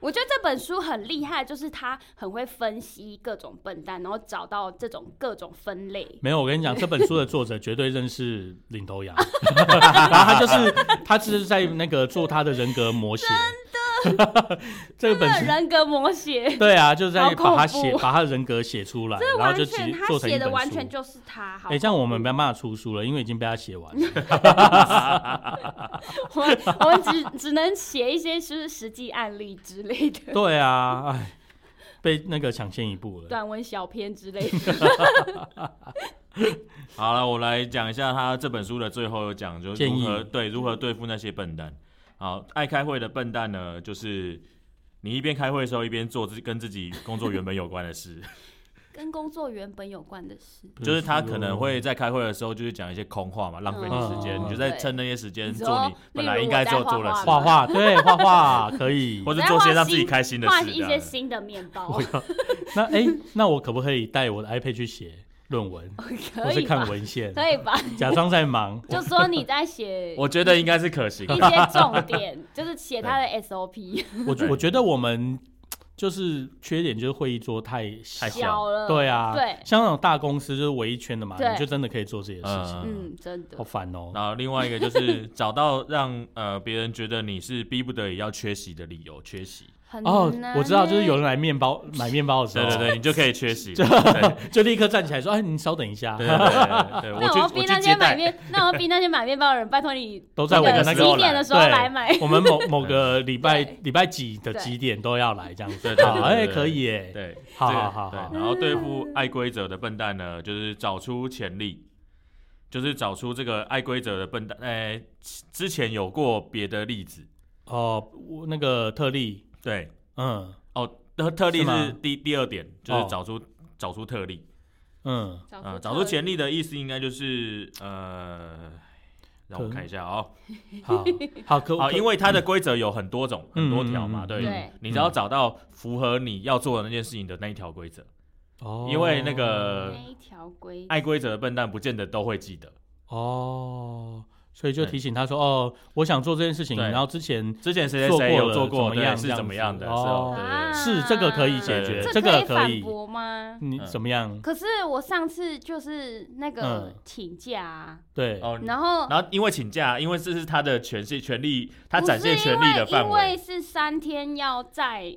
Speaker 2: 我觉得这本书很厉害，就是他很会分析各种笨蛋，然后找到这种各种分类。
Speaker 3: 没有，我跟你讲，这本书的作者绝对认识领头 羊，然后他就是他只是在那个做他的人格模型，真的，这本
Speaker 2: 这
Speaker 3: 书。
Speaker 2: 人格模型，
Speaker 3: 对啊，就是在
Speaker 2: 好恐
Speaker 3: 把他写
Speaker 2: 怖
Speaker 3: 把他的人格写出来，
Speaker 2: 这
Speaker 3: 然后
Speaker 2: 完
Speaker 3: 就
Speaker 2: 全
Speaker 3: 集
Speaker 2: 他
Speaker 3: 做成一
Speaker 2: 写
Speaker 3: 本
Speaker 2: 的
Speaker 3: 书。
Speaker 2: 完全就是他。好
Speaker 3: 哎、这样我们没办法出书了，因为已经被他写完 了。
Speaker 2: 我们我们只只能写一些就是实际案例之类的
Speaker 3: 对啊，哎，被那个抢先一步了。
Speaker 2: 短文小篇之 类的。
Speaker 1: 好了，我来讲一下他这本书的最后有讲，就是
Speaker 3: 建
Speaker 1: 如
Speaker 3: 议
Speaker 1: 何对如何对付那些笨蛋。好，爱开会的笨蛋呢，就是你一边开会的时候一边做自跟自己工作原本有关的事，
Speaker 2: 跟工作原本有关的事。
Speaker 3: 嗯
Speaker 1: 就是他可能会在开会的时候，就是讲一些空话嘛，浪费你时间，
Speaker 3: 嗯
Speaker 1: 你就在趁那些时间
Speaker 2: 对
Speaker 1: 做你本来应该做做的
Speaker 2: 例如我在
Speaker 1: 事，
Speaker 3: 画画，对，画画可以。
Speaker 1: 或者做些让自己开心的
Speaker 2: 换
Speaker 1: 事。
Speaker 2: 一
Speaker 1: 这
Speaker 2: 些
Speaker 1: 样
Speaker 2: 新的面包，
Speaker 3: 我要那哎、那我可不可以带我的 iPad 去写论文，或
Speaker 2: 可
Speaker 3: 是
Speaker 2: 以吧
Speaker 3: 看？文献，
Speaker 2: 可以 吧？
Speaker 3: 假装在 忙？
Speaker 2: 就说你在写
Speaker 1: 我觉得应该是可行
Speaker 2: 一。些重点， 就是写他的 SOP，
Speaker 3: 我
Speaker 1: 对
Speaker 3: 我觉得我们就是缺点就是会议桌太小
Speaker 1: 太小
Speaker 2: 小了。
Speaker 3: 对啊，
Speaker 2: 呃对
Speaker 3: 像那种大公司就是围一圈的嘛，
Speaker 2: 对
Speaker 3: 你就真的可以做这些事情，
Speaker 1: 嗯，
Speaker 2: 嗯，真的
Speaker 3: 好。烦啊哦、
Speaker 1: 然后另外一个就是找到让呃别人觉得你是逼不得已要缺席的理由，缺席。
Speaker 2: 很
Speaker 3: 哦
Speaker 2: 难，
Speaker 3: 我知道，
Speaker 2: 欸
Speaker 3: 就是有人来面包买面包的时
Speaker 1: 对对
Speaker 3: 候，
Speaker 1: 对，你就可以缺席。对对
Speaker 3: 就立刻站起来说：“哎，你稍等一下，
Speaker 1: 对对对，我
Speaker 2: 欸那
Speaker 1: 去
Speaker 2: 我要
Speaker 1: 我
Speaker 2: 逼
Speaker 1: 去
Speaker 2: 那
Speaker 1: 接
Speaker 2: 些买
Speaker 1: 待。
Speaker 2: 面， 那我要逼那些买面包的人，拜托你
Speaker 3: 都在我们那
Speaker 1: 那个
Speaker 3: 个
Speaker 2: 几点的时候
Speaker 3: 对
Speaker 2: 来买。
Speaker 3: 我们某某个礼拜
Speaker 2: 对
Speaker 3: 礼拜几的
Speaker 2: 对
Speaker 3: 几点都要来这样子。”
Speaker 1: 对对
Speaker 3: 好，
Speaker 1: 对，
Speaker 3: 哎，
Speaker 1: 对对
Speaker 3: 可以耶，
Speaker 1: 对，
Speaker 3: 好
Speaker 1: 这个
Speaker 3: 好好
Speaker 1: 对
Speaker 3: 好
Speaker 1: 然后对付爱规则的笨蛋呢，就是找出潜力，就是找出这个爱规则的笨蛋。哎、之前有过别的例子，
Speaker 3: 哦，我那个特例，
Speaker 1: 对，
Speaker 3: 嗯
Speaker 1: 哦，特特例
Speaker 3: 是吗
Speaker 1: 是第第二点，就是
Speaker 3: 哦
Speaker 1: 找出、找出特例。
Speaker 3: 嗯，
Speaker 1: 呃，找出潜力的意思应该就是呃，让我看一下哦。
Speaker 3: 好好可
Speaker 1: 好，
Speaker 3: 可
Speaker 1: 因为它的规则有很多种、
Speaker 3: 嗯
Speaker 1: 很多条嘛，
Speaker 3: 嗯
Speaker 1: 对，
Speaker 2: 对
Speaker 1: 你只要找到符合你要做的那件事情的那一条规则。
Speaker 3: 哦
Speaker 1: 因为那个
Speaker 2: 那一条规
Speaker 3: 哎
Speaker 1: 爱规则的笨蛋不见得都会记得。
Speaker 3: 哦，所以就
Speaker 1: 对
Speaker 3: 提醒他说：“哦，我想做这件事情，
Speaker 1: 对
Speaker 3: 然后之前
Speaker 1: 之前谁谁
Speaker 3: 做过
Speaker 1: 谁有
Speaker 3: 了
Speaker 1: 做过，
Speaker 3: 怎么
Speaker 1: 对
Speaker 3: 样这
Speaker 1: 是
Speaker 3: 样
Speaker 1: 怎么
Speaker 3: 子
Speaker 1: 样的？是
Speaker 3: 哦
Speaker 1: 哦，对对对
Speaker 3: 是这个可以解决
Speaker 1: 对
Speaker 2: 这
Speaker 3: 这个
Speaker 2: 以
Speaker 3: 可以
Speaker 2: 反驳吗？
Speaker 3: 你
Speaker 1: 嗯
Speaker 3: 怎么样？
Speaker 2: 可是我上次就是那个
Speaker 3: 嗯
Speaker 2: 请假啊，
Speaker 3: 对，
Speaker 1: 哦，
Speaker 2: 然后
Speaker 1: 然后因为请假，因为这是他的权限、权利，他
Speaker 2: 不
Speaker 1: 展现
Speaker 2: 是因
Speaker 1: 权
Speaker 2: 为
Speaker 1: 利的范
Speaker 2: 因
Speaker 1: 围
Speaker 2: 为。是三天要再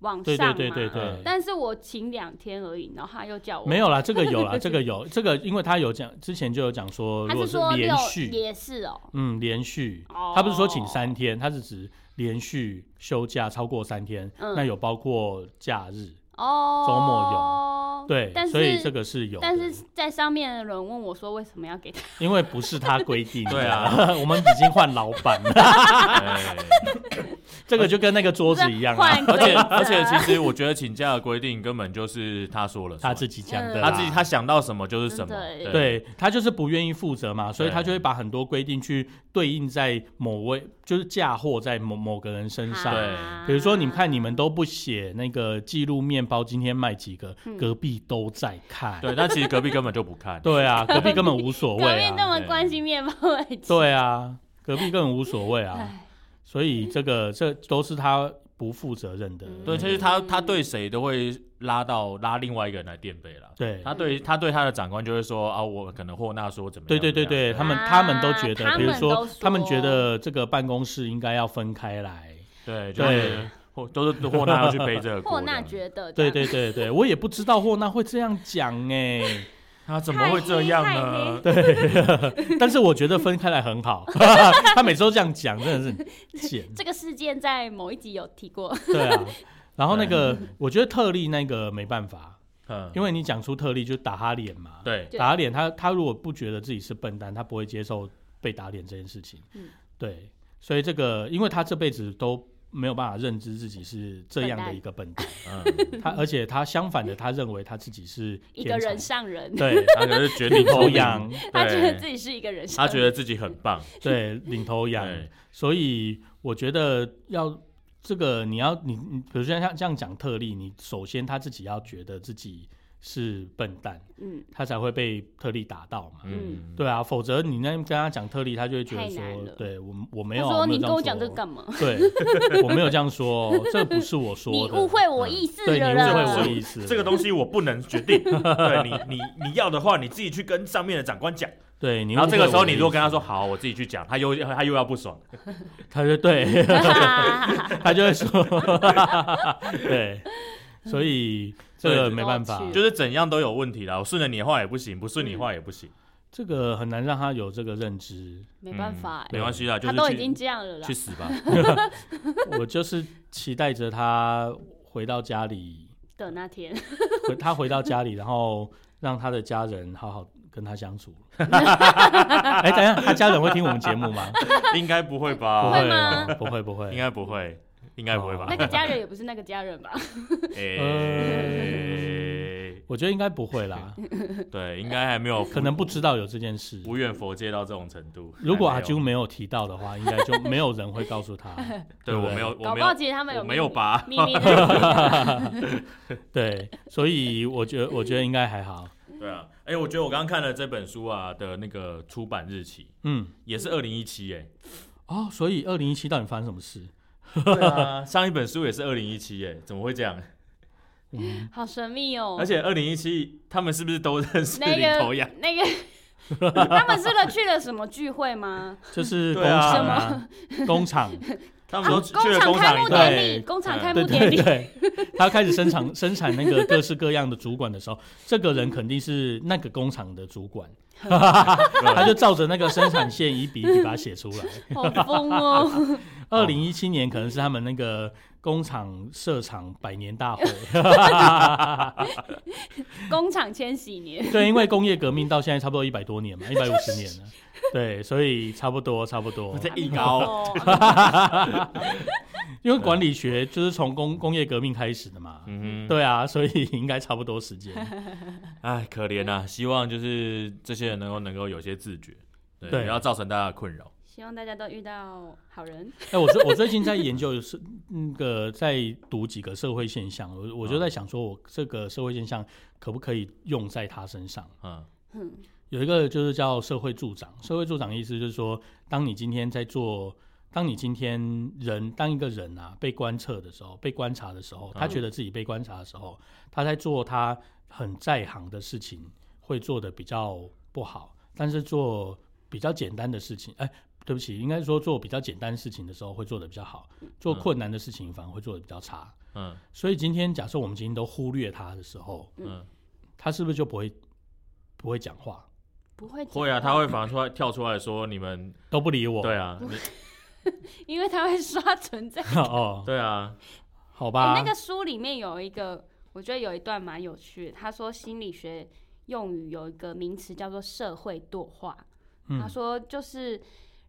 Speaker 2: 往
Speaker 3: 对
Speaker 2: 上
Speaker 3: 对
Speaker 2: 嘛，
Speaker 3: 对对
Speaker 1: 嗯
Speaker 3: 对。”
Speaker 2: 但是我请两天而已，然后他又叫我
Speaker 3: 没，有啦，这个有 啦，这个有，这个因为他有讲，之前就有讲说，
Speaker 2: 他
Speaker 3: 如果
Speaker 2: 说
Speaker 3: 连
Speaker 2: 六
Speaker 3: 续，
Speaker 2: 也是哦，
Speaker 3: 嗯，连续，
Speaker 2: 哦
Speaker 3: 他不是说请三天，他是指连续休假超过三天，
Speaker 2: 嗯
Speaker 3: 那有包括假日，
Speaker 2: 哦，
Speaker 3: 周
Speaker 2: 末
Speaker 3: 对
Speaker 2: 但，是
Speaker 3: 所以这个是有的，
Speaker 2: 但是在上面的人问我说为什么要给他，
Speaker 3: 因为不是他规定的，
Speaker 1: 对啊
Speaker 3: 我们已经换老板 了，
Speaker 1: 对
Speaker 3: 这个就跟那个桌子一样啊，
Speaker 2: 换
Speaker 1: 而且而且，
Speaker 2: 规则
Speaker 1: 其实我觉得请假的规定根本就是他说了
Speaker 3: 他
Speaker 1: 算，
Speaker 3: 自己讲的
Speaker 2: 嗯
Speaker 3: 啦，
Speaker 1: 他自己他想到什么就是什么
Speaker 2: 真的。耶
Speaker 3: 对他就是不愿意负责嘛，所以
Speaker 1: 对
Speaker 3: 他就会把很多规定去对应在某位，就是嫁祸在某某个人身上。
Speaker 1: 对
Speaker 2: 啊
Speaker 3: 比如说，你看你们都不写那个记录面包今天卖几个，
Speaker 2: 嗯
Speaker 3: 隔壁都在看。
Speaker 1: 对，但其实隔壁根本就不看。
Speaker 3: 对啊，隔壁根本无所
Speaker 2: 隔
Speaker 3: 谓
Speaker 2: 壁那
Speaker 3: 啊。
Speaker 2: 么关心面包外景，
Speaker 3: 对啊，隔壁根本无所谓
Speaker 1: 嗯
Speaker 3: 啊。
Speaker 2: 哎
Speaker 3: 所以这个这都是他不负责任的。
Speaker 1: 对，其实
Speaker 2: 嗯
Speaker 1: 他他对谁都会拉到拉另外一个人来垫背啦。
Speaker 3: 对
Speaker 1: 他对他对他的长官就会说啊，我可能霍纳说怎么
Speaker 3: 对
Speaker 1: 样？
Speaker 3: 对对
Speaker 1: 怎么
Speaker 3: 对，
Speaker 1: 样
Speaker 3: 他们
Speaker 2: 啊
Speaker 3: 他们都觉
Speaker 2: 他
Speaker 3: 得，
Speaker 2: 们
Speaker 3: 比如
Speaker 2: 都
Speaker 3: 说
Speaker 2: 说
Speaker 3: 他们觉得这个办公室应该要分开来。
Speaker 1: 对就是霍都是霍纳要去背这个锅
Speaker 2: 霍纳
Speaker 1: 这样
Speaker 2: 觉得这
Speaker 3: 对
Speaker 2: 样
Speaker 3: 对对对，我也不知道霍纳会这样讲哎、
Speaker 1: 他怎么会这样呢？
Speaker 2: 太
Speaker 3: 但是我觉得分开来很好， 他每次都这样讲，真的是很 贱。
Speaker 2: 这个事件在某一集有提过，
Speaker 3: 对啊，然后那个我觉得特例那个没办法，
Speaker 1: 嗯，
Speaker 3: 因为你讲出特例就打他脸嘛，
Speaker 1: 对
Speaker 2: 对
Speaker 3: 打他脸，他他如果不觉得自己是笨蛋，他不会接受被打脸这件事情。
Speaker 2: 嗯
Speaker 3: 对，所以这个因为他这辈子都。没有办法认知自己是这样的一个笨蛋，
Speaker 1: 嗯，
Speaker 3: 他而且他相反的，他认为他自己是
Speaker 2: 一个人
Speaker 3: 天
Speaker 2: 上人
Speaker 3: 才，， 对，
Speaker 1: 他可是绝顶
Speaker 3: 领头
Speaker 1: 头
Speaker 3: 羊
Speaker 1: 羊，，
Speaker 2: 他觉得
Speaker 1: 对
Speaker 2: 自己是一个人
Speaker 1: 他
Speaker 2: 上人，
Speaker 1: 觉得自己很棒，
Speaker 3: 对，领头羊，
Speaker 1: 对
Speaker 3: 所以我觉得要这个，你要你你，比如说像这样讲特例，你首先他自己要觉得自己是笨蛋，
Speaker 2: 嗯，
Speaker 3: 他才会被特例打到嘛。
Speaker 1: 嗯，
Speaker 3: 对啊，否则你那跟他讲特例，他就会觉得
Speaker 2: 太难
Speaker 3: 说
Speaker 2: 了，
Speaker 3: 对我我
Speaker 2: 他
Speaker 3: 没有啊，
Speaker 2: 说
Speaker 3: 我没
Speaker 2: 你
Speaker 3: 有这
Speaker 2: 跟
Speaker 3: 样
Speaker 2: 我讲这个
Speaker 3: 说
Speaker 2: 干嘛？
Speaker 3: 对，我没有这样说，哦这不是我说的，
Speaker 2: 你误会我
Speaker 1: 嗯
Speaker 2: 意思
Speaker 3: 对，
Speaker 2: 了
Speaker 3: 你误会
Speaker 2: 啦，
Speaker 3: 我意思了，
Speaker 1: 这个东西我不能决定，对你你你要的话，你自己去跟上面的长官讲。
Speaker 3: 对，你
Speaker 1: 然后这个时候你如果跟
Speaker 3: 跟
Speaker 1: 他说好，我自己去讲，他又他又要不爽，
Speaker 2: 嗯
Speaker 3: 他就 对，
Speaker 2: 我
Speaker 3: 他就会说，对，所以这个没办法
Speaker 2: 对，
Speaker 1: 嗯就是怎样都有问题啦。我顺着你的话也不行，不顺你的话也不行，
Speaker 3: 这个很难让他有这个认 知。
Speaker 2: 嗯没办法欸
Speaker 1: 嗯，没关系啦，就
Speaker 2: 他
Speaker 1: 是
Speaker 2: 都
Speaker 1: 去
Speaker 2: 已经这样了啦
Speaker 1: 去，死吧。
Speaker 3: 我就是期待着他回到家里，
Speaker 2: 的 那天，
Speaker 3: 回他回到家里，然后让他的家人好好跟他相 处。哎、等一下，他家人会听我们节目吗？
Speaker 1: 应该不会
Speaker 3: 不
Speaker 1: 吧？
Speaker 3: 会啊
Speaker 2: 吗
Speaker 3: 不会，不
Speaker 1: 应
Speaker 3: 会。
Speaker 1: 该不会，
Speaker 2: 哦
Speaker 1: 应该不会吧
Speaker 2: 呃那？个家人也不是那个家人吧？
Speaker 1: 诶。
Speaker 3: 我觉得应该不会啦，
Speaker 1: 对，应该还没有
Speaker 3: 可能不知道有这件事。
Speaker 1: 不愿佛界到这种程度。
Speaker 3: 如果
Speaker 1: 还
Speaker 3: 阿
Speaker 1: 没有
Speaker 3: 啾没有提到的话，应该就没有人会告诉 他。
Speaker 1: 对
Speaker 3: 对不
Speaker 1: 我
Speaker 3: 对
Speaker 1: 没有，我
Speaker 2: 搞
Speaker 1: 没
Speaker 2: 不好
Speaker 1: 有，
Speaker 2: 其实他们有
Speaker 1: 我没有拔，
Speaker 2: 秘密秘密 的
Speaker 3: 对，所以我觉得我觉得应该还好。
Speaker 1: 对啊，哎、我觉得我刚刚看了这本书啊的那个出版日期
Speaker 3: 嗯，
Speaker 1: 也是二零一七，哎，
Speaker 3: 哦，所以二零一七到底发生什么事？
Speaker 1: 对啊， 上一本书也是二零一七，哎，怎么会这样？
Speaker 2: 好神秘哦。
Speaker 1: 而且二零一七他们是不是都认识
Speaker 2: 那
Speaker 1: 领头
Speaker 2: 个
Speaker 1: 羊？
Speaker 2: 那 个，他们是了去了什么聚会吗？
Speaker 3: 就是工
Speaker 1: 对啊
Speaker 3: 厂啊，工厂，
Speaker 1: 他
Speaker 2: 啊
Speaker 1: 们都去了
Speaker 2: 厂
Speaker 1: 工
Speaker 2: 开
Speaker 1: 厂
Speaker 2: 幕
Speaker 1: 里头
Speaker 2: 典
Speaker 3: 对
Speaker 2: 礼，工厂
Speaker 1: 嗯
Speaker 2: 开幕
Speaker 3: 对对
Speaker 2: 典礼，
Speaker 3: 对，他开始生产生产那个各式各样的主管的时候，这个人肯定是那个工厂的主管，他就照着那个生产线一笔一笔把它写出来。
Speaker 2: 好疯 哦！
Speaker 3: 二零一七年可能是他们那个工厂设厂百年大会，
Speaker 2: 工厂千禧年，
Speaker 3: 对，因为工业革命到现在差不多一百多年嘛，一百五十年了，对，所以差不多差不多
Speaker 1: 我。在硬凹，
Speaker 2: 哦
Speaker 3: 因为管理学就是从工工业革命开始的嘛，
Speaker 1: 嗯哼，
Speaker 3: 对啊，所以应该差不多时间。
Speaker 1: 哎，可怜啊！希望就是这些人能够能够有些自觉，对，
Speaker 3: 对
Speaker 1: 不要造成大家的困扰。
Speaker 2: 希望大家都遇到好人。
Speaker 3: 哎、我最我最近在研究是嗯那个在读几个社会现象，我我就在想说，我这个社会现象可不可以用在他身上？
Speaker 1: 嗯，
Speaker 2: 嗯，
Speaker 3: 有一个就是叫社会助长，社会助长的意思就是说，当你今天在做，当你今天人当一个人啊被观测的时候，被观察的时候，他
Speaker 1: 嗯
Speaker 3: 觉得自己被观察的时候，他在做他很在行的事情，会做的比较不好，但是做比较简单的事情，哎、对不起，应该说做比较简单事情的时候会做的比较好，做困难的事情反而会做的比较差。
Speaker 1: 嗯
Speaker 3: 所以今天假设我们今天都忽略他的时候，
Speaker 1: 嗯，
Speaker 3: 他是不是就不会不会讲话，
Speaker 2: 不会讲
Speaker 1: 会啊，
Speaker 2: 话
Speaker 1: 他会反而出来跳出来说你们，
Speaker 3: 都不理我？
Speaker 1: 对啊，你
Speaker 2: 因为他会刷存在。
Speaker 3: 哦，
Speaker 1: 对啊，
Speaker 3: 好
Speaker 2: 欸
Speaker 3: 吧，
Speaker 2: 那个书里面有一个，我觉得有一段蛮有趣的。他说心理学用语有一个名词叫做社会惰化。他
Speaker 3: 嗯，
Speaker 2: 说就是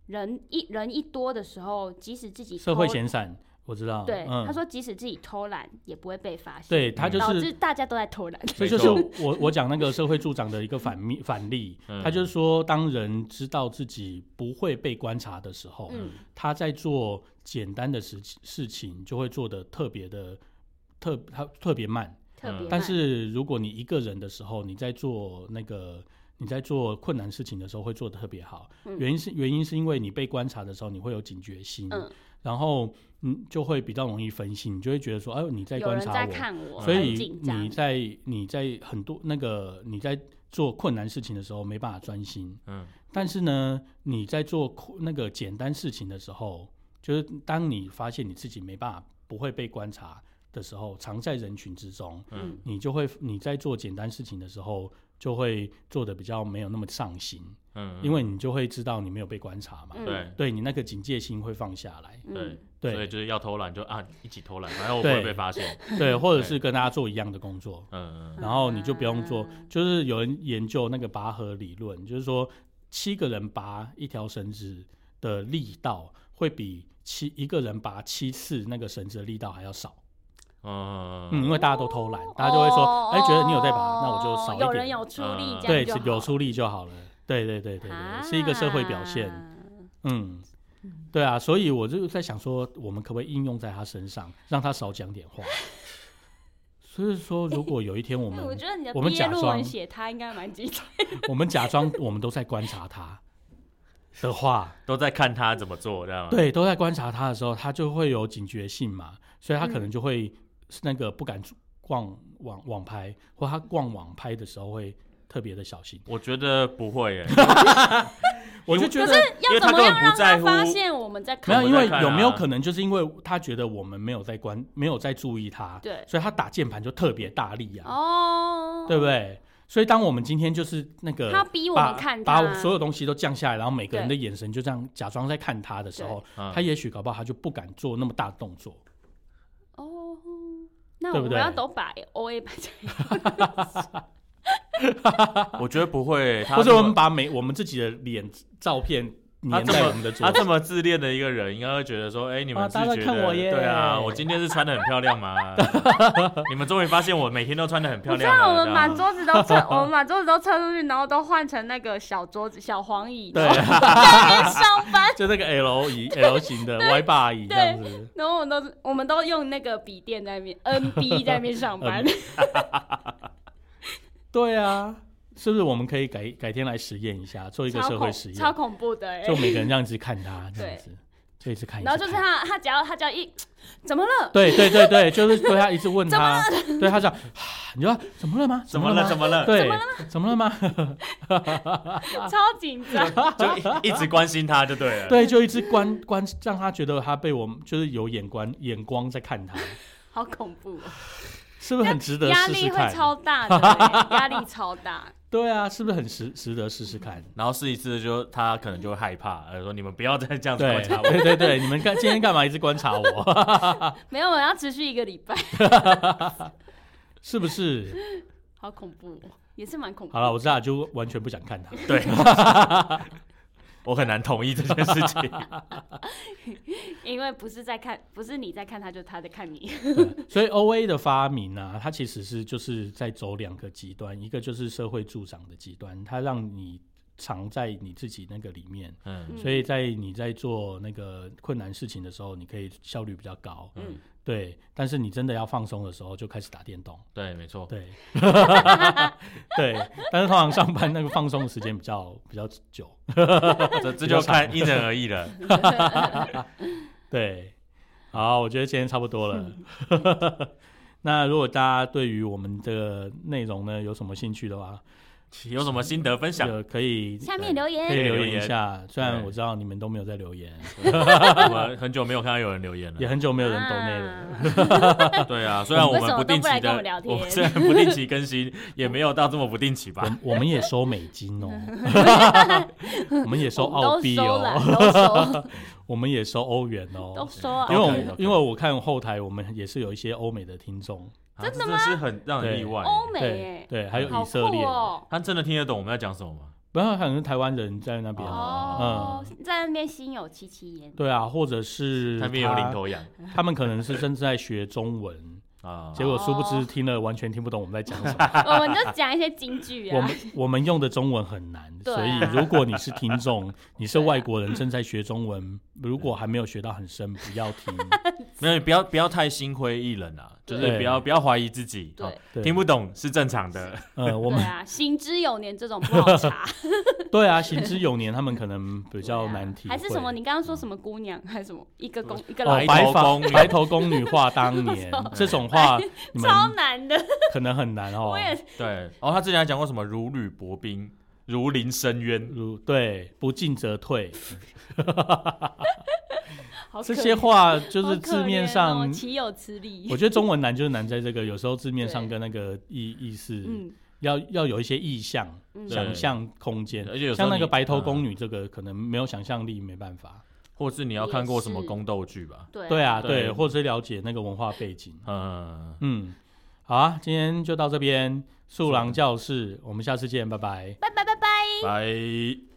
Speaker 2: 人一人一多的时候，即使自己
Speaker 3: 社会
Speaker 2: 偷
Speaker 3: 闲散，我知道。
Speaker 2: 对、
Speaker 3: 嗯
Speaker 2: 他，说即使自己偷懒也不会被发现，
Speaker 3: 对他就
Speaker 2: 导致
Speaker 3: 是，
Speaker 2: 大家都在偷懒。
Speaker 3: 所以
Speaker 1: 没
Speaker 3: 就
Speaker 1: 错
Speaker 3: 是我我讲那个社会助长的一个反 面反例，
Speaker 1: 嗯
Speaker 3: 他就是说，当人知道自己不会被观察的时候，
Speaker 2: 嗯，
Speaker 3: 他在做简单的事事情就会做的特别的特他特别慢。
Speaker 2: 特别慢。
Speaker 3: 但是如果你一个人的时候，你在做那个你在做困难事情的时候，会做的特别好。
Speaker 2: 嗯
Speaker 3: 原因是原因是因为你被观察的时候，你会有警觉心，
Speaker 2: 嗯
Speaker 3: 然后嗯就会比较容易分心，你就会觉得说，哎呦，你在
Speaker 2: 有
Speaker 3: 观
Speaker 2: 人
Speaker 3: 察
Speaker 2: 在
Speaker 3: 我，
Speaker 2: 看我，
Speaker 3: 所
Speaker 2: 很
Speaker 3: 以
Speaker 2: 紧
Speaker 3: 你
Speaker 2: 张。
Speaker 3: 在你在很多那个你在做困难事情的时候没办法专心，
Speaker 1: 嗯
Speaker 3: 但是呢，你在做困那个简单事情的时候，就是当你发现你自己没办法不会被观察的时候，藏在人群之中。
Speaker 1: 嗯
Speaker 2: 嗯，
Speaker 3: 你就会你在做简单事情的时候，就会做的比较没有那么上心，
Speaker 1: 嗯，
Speaker 3: 因为你就会知道你没有被观察嘛，
Speaker 2: 嗯
Speaker 1: 对
Speaker 3: 对你那个警戒心会放下来，
Speaker 1: 对
Speaker 2: 嗯，
Speaker 1: 所以
Speaker 3: 对
Speaker 1: 就是要偷懒就啊一起偷懒，反正我不会
Speaker 3: 对
Speaker 1: 被发现。
Speaker 2: 嗯
Speaker 3: 对，或者是跟大家做一样的工作，
Speaker 1: 嗯嗯
Speaker 3: 然后你就不用做
Speaker 2: 啊。
Speaker 3: 就是有人研究那个拔河理论，就是说七个人拔一条绳子的力道会比七一个人拔七次那个绳子的力道还要少，
Speaker 1: 嗯
Speaker 3: 嗯，因
Speaker 1: 嗯，
Speaker 3: 为大家都偷懒，大家就会说，哎，觉得你有在拔，那我就少一点，
Speaker 2: 哦有人有出力，
Speaker 1: 嗯
Speaker 2: 这
Speaker 3: 对
Speaker 2: 样就，
Speaker 3: 有
Speaker 2: 好
Speaker 3: 出力就好了。对对对对对，是一个社会表现。
Speaker 2: 啊
Speaker 3: 嗯，对啊，所以我就在想说，我们可不可以应用在他身上，让他少讲点话。 所以说，如果有一天我
Speaker 2: 哎
Speaker 3: 们
Speaker 2: 我觉得你的
Speaker 3: 嗯我们
Speaker 2: 毕业
Speaker 3: 假
Speaker 2: 论
Speaker 3: 装
Speaker 2: 文写他应该蛮 精彩。
Speaker 3: 我们假装我们都在观察他的 话，
Speaker 1: 都在看他怎么做，这样。
Speaker 3: 对，都在观察他的时候，他就会有警觉性嘛，所以他可
Speaker 2: 嗯
Speaker 3: 能就会那个不敢逛网网拍，或他逛网拍的时候会特别的小心。
Speaker 1: 我觉得不会 耶，
Speaker 3: 我就觉得
Speaker 1: 因为
Speaker 2: 要
Speaker 1: 他
Speaker 2: 怎么
Speaker 1: 根本
Speaker 2: 样
Speaker 1: 不
Speaker 2: 让
Speaker 1: 在
Speaker 2: 他
Speaker 1: 乎
Speaker 2: 发现我们在
Speaker 3: 没
Speaker 2: 看？
Speaker 3: 有，因为
Speaker 1: 看啊
Speaker 3: 有没有可能就是因为他觉得我们没有在关，没有在注意他，
Speaker 2: 对
Speaker 3: 所以他打键盘就特别大力啊，
Speaker 2: 哦，
Speaker 3: 对不对？所以当我们今天就是那个
Speaker 2: 他逼我
Speaker 3: 把
Speaker 2: 们看
Speaker 3: 把
Speaker 2: 他，
Speaker 3: 我所有东西都降下来，然后每个人的眼神就这样假装在看他的时候，
Speaker 1: 嗯
Speaker 3: 他也许搞不好他就不敢做那么大的动作。
Speaker 2: 哦，那
Speaker 3: 对
Speaker 2: 我
Speaker 3: 不
Speaker 2: 们
Speaker 3: 对
Speaker 2: 要都把 O A 摆在
Speaker 1: 我觉得不会耶，他
Speaker 3: 或者
Speaker 1: 如
Speaker 3: 我
Speaker 1: 果
Speaker 3: 们把每我们自己的脸照片
Speaker 1: 他
Speaker 3: 黏
Speaker 1: 这
Speaker 3: 在我
Speaker 1: 么
Speaker 3: 们的
Speaker 1: 他
Speaker 3: 桌
Speaker 1: 这
Speaker 3: 子。
Speaker 1: 么自恋的一个人，应该会觉得说，哎、你们
Speaker 3: 啊
Speaker 1: 是
Speaker 3: 大家
Speaker 1: 觉得
Speaker 3: 在看我耶
Speaker 1: 对啊，我今天是穿的很漂亮 吗？你们终于发现我每天都穿的很漂
Speaker 2: 你知
Speaker 1: 亮啊了。
Speaker 2: 道我们
Speaker 1: 这
Speaker 2: 把
Speaker 1: 样
Speaker 2: 桌 子都撤，我们把桌子都撤出去，然后都换成那个小桌子、小黄椅，
Speaker 3: 对啊
Speaker 2: 然，后上班，
Speaker 3: 就那个 L 椅 L 型的 Y 把椅这样子。
Speaker 2: 然后我们都我们都用那个笔电在那边 NB 在那边上
Speaker 3: 嗯
Speaker 2: 班，
Speaker 3: 对啊，是不是我们可以改改天来实验一下，做一个
Speaker 2: 超
Speaker 3: 社会
Speaker 2: 恐
Speaker 3: 实
Speaker 2: 超
Speaker 3: 验，
Speaker 2: 恐怖的哎、
Speaker 3: 就每个人这 样子看他这样
Speaker 2: 对
Speaker 3: 子，就一直看，一
Speaker 2: 然后
Speaker 3: 直
Speaker 2: 就是
Speaker 3: 看
Speaker 2: 他他只要他只要一怎么了，
Speaker 3: 对对对对，就是对他一直 问他， 对他这样， 啊你说怎么了吗？
Speaker 1: 怎么了？
Speaker 3: 吗
Speaker 1: 怎么了？
Speaker 3: 对，怎么了吗？
Speaker 2: 超紧张，
Speaker 1: 就一一直关心他就对了。
Speaker 3: 对，就一直关关，让他觉得他被我们就是有眼光眼光在看他，
Speaker 2: 好恐怖、哦，
Speaker 3: 是不是很值得
Speaker 2: 压
Speaker 3: 试试
Speaker 2: 力会
Speaker 3: 看？
Speaker 2: 超大的哎、压力超大，
Speaker 3: 对啊，是不是很值值得试试看？
Speaker 1: 然后试一次就他可能就会害怕，呃，说你们不要再这样子观
Speaker 3: 对
Speaker 1: 察
Speaker 3: 对对对，你们干今天干嘛一直观察我？
Speaker 2: 没有，我要持续一个礼拜，
Speaker 3: 是不是？
Speaker 2: 好恐怖哦、也是蛮恐怖
Speaker 3: 好
Speaker 2: 的。
Speaker 3: 了，我知道，就完全不想看 他。
Speaker 1: 我。对， 我很难同意这件事情。
Speaker 2: 因为不是在看，不是你在看他，就是他在看你。
Speaker 3: 对所以 O A 的发明啊，它其实是就是在走两个极端，一个就是社会助长的极端，它让你藏在你自己那个里面，
Speaker 1: 嗯
Speaker 3: 所以在你在做那个困难事情的时候，你可以效率比较高，
Speaker 1: 嗯
Speaker 2: 嗯，
Speaker 3: 对。但是你真的要放松的时候，就开始打电动，
Speaker 1: 对，没错。
Speaker 3: 对，对。但是通常上班那个放松的时间比较比较久，
Speaker 1: 这这就看因人而异了。
Speaker 3: 对，好，我觉得今天差不多了。那如果大家对于我们的内容呢有什么兴趣的话，
Speaker 1: 有什么心得分享？
Speaker 3: 呃可以
Speaker 2: 下面留
Speaker 3: 可以
Speaker 2: 言，
Speaker 1: 对
Speaker 3: 留
Speaker 1: 留
Speaker 3: 言
Speaker 1: 言
Speaker 3: 一下。虽然
Speaker 1: 对
Speaker 3: 我知道你们都没有在留言，
Speaker 1: 我们很久没有看到有人留言
Speaker 3: 也
Speaker 1: 了。
Speaker 3: 很久没有人抖内
Speaker 2: 啊
Speaker 3: 了。
Speaker 1: 对啊，虽然我
Speaker 2: 为
Speaker 1: 们
Speaker 2: 什么
Speaker 1: 定
Speaker 2: 都不来
Speaker 1: 期
Speaker 2: 跟我
Speaker 1: 的
Speaker 2: 聊，天
Speaker 1: 我们虽然不定期更新， 也没有到这么不定 期吧。
Speaker 3: 我我们也收美 金哦，我们也收澳
Speaker 2: 都
Speaker 3: 币
Speaker 2: 收了，
Speaker 3: 哦，
Speaker 2: 都收，
Speaker 3: 我们也收欧元
Speaker 2: 都
Speaker 3: 哦。
Speaker 2: 收啊
Speaker 3: 因为我
Speaker 1: OK，OK
Speaker 3: 们因为我看后台，我们也是有一些欧美的听众，
Speaker 1: 啊这真的是很让人意外。
Speaker 2: 欧
Speaker 3: 对
Speaker 2: 美
Speaker 3: 对，还有
Speaker 2: 哎，好
Speaker 3: 以色列
Speaker 2: 酷，哦！
Speaker 1: 他真的听得懂我们在讲什么吗？
Speaker 3: 不要可能台湾人在那边，
Speaker 2: 哦，
Speaker 3: 嗯
Speaker 2: 在那边心有戚戚焉。
Speaker 3: 对啊，或者是
Speaker 1: 那边有领
Speaker 3: 他
Speaker 1: 头羊
Speaker 3: 他们可能是正在学中文，
Speaker 1: 啊，
Speaker 3: 结果殊不
Speaker 2: 哦
Speaker 3: 知听了完全听不懂我们在讲 什么。
Speaker 2: 我们就讲一些京剧
Speaker 3: 我
Speaker 2: 啊
Speaker 3: 们，我们用的中文很难，
Speaker 2: 对啊啊
Speaker 3: 所以如果你是听众，你是外国人正在学中文，如果还没有学到很深，不要听。
Speaker 1: 没有，你不要不要太心灰意冷啊，就是
Speaker 3: 对
Speaker 1: 不要不要怀疑自己。
Speaker 2: 对
Speaker 1: 哦，
Speaker 3: 对
Speaker 1: 听不懂是正常的。
Speaker 3: 呃，啊我
Speaker 2: 对
Speaker 3: 们
Speaker 2: 啊，行之有年这种不好查，
Speaker 3: 对啊，行之有年，他们可能比较难体
Speaker 2: 啊还
Speaker 3: 会。嗯
Speaker 2: 是什么？你刚刚说什么姑娘，还是什么一个公一个
Speaker 3: 哦
Speaker 1: 白，
Speaker 2: 老
Speaker 3: 白
Speaker 1: 头
Speaker 3: 发
Speaker 1: 宫女
Speaker 3: 白头宫女话当 年这种话，你们
Speaker 2: 哎超难的，
Speaker 3: 可能很难哦
Speaker 2: 我。也
Speaker 1: 对，然后他之前还讲过什么如履薄冰，如临深渊。
Speaker 3: 如对，不进则退，
Speaker 2: 好
Speaker 3: 这
Speaker 2: 可
Speaker 3: 些
Speaker 2: 怜哦
Speaker 3: 话就
Speaker 2: 好
Speaker 3: 是
Speaker 2: 可
Speaker 3: 字面
Speaker 2: 怜
Speaker 3: 上
Speaker 2: 哦岂有此理
Speaker 3: 我。觉得中文难就是难在这个，有时候字面上
Speaker 2: 对
Speaker 3: 跟那个意意思，
Speaker 2: 嗯
Speaker 3: 要要有一些意象、
Speaker 2: 嗯
Speaker 1: 对
Speaker 3: 想象空间。
Speaker 1: 而且有时候
Speaker 3: 像那个
Speaker 1: 你
Speaker 3: 白头宫
Speaker 1: 嗯
Speaker 3: 女，这个可能没有想象力，没办法。
Speaker 1: 或是你要看过什么
Speaker 2: 也是
Speaker 1: 宫斗剧吧？
Speaker 2: 对
Speaker 3: 对啊，
Speaker 1: 对
Speaker 3: 对，或者是了解那个文化背景。
Speaker 1: 嗯，
Speaker 3: 嗯，好啊，今天就到这边，树狼教室，我们下次见，拜拜。
Speaker 2: 拜拜拜拜。
Speaker 1: 拜。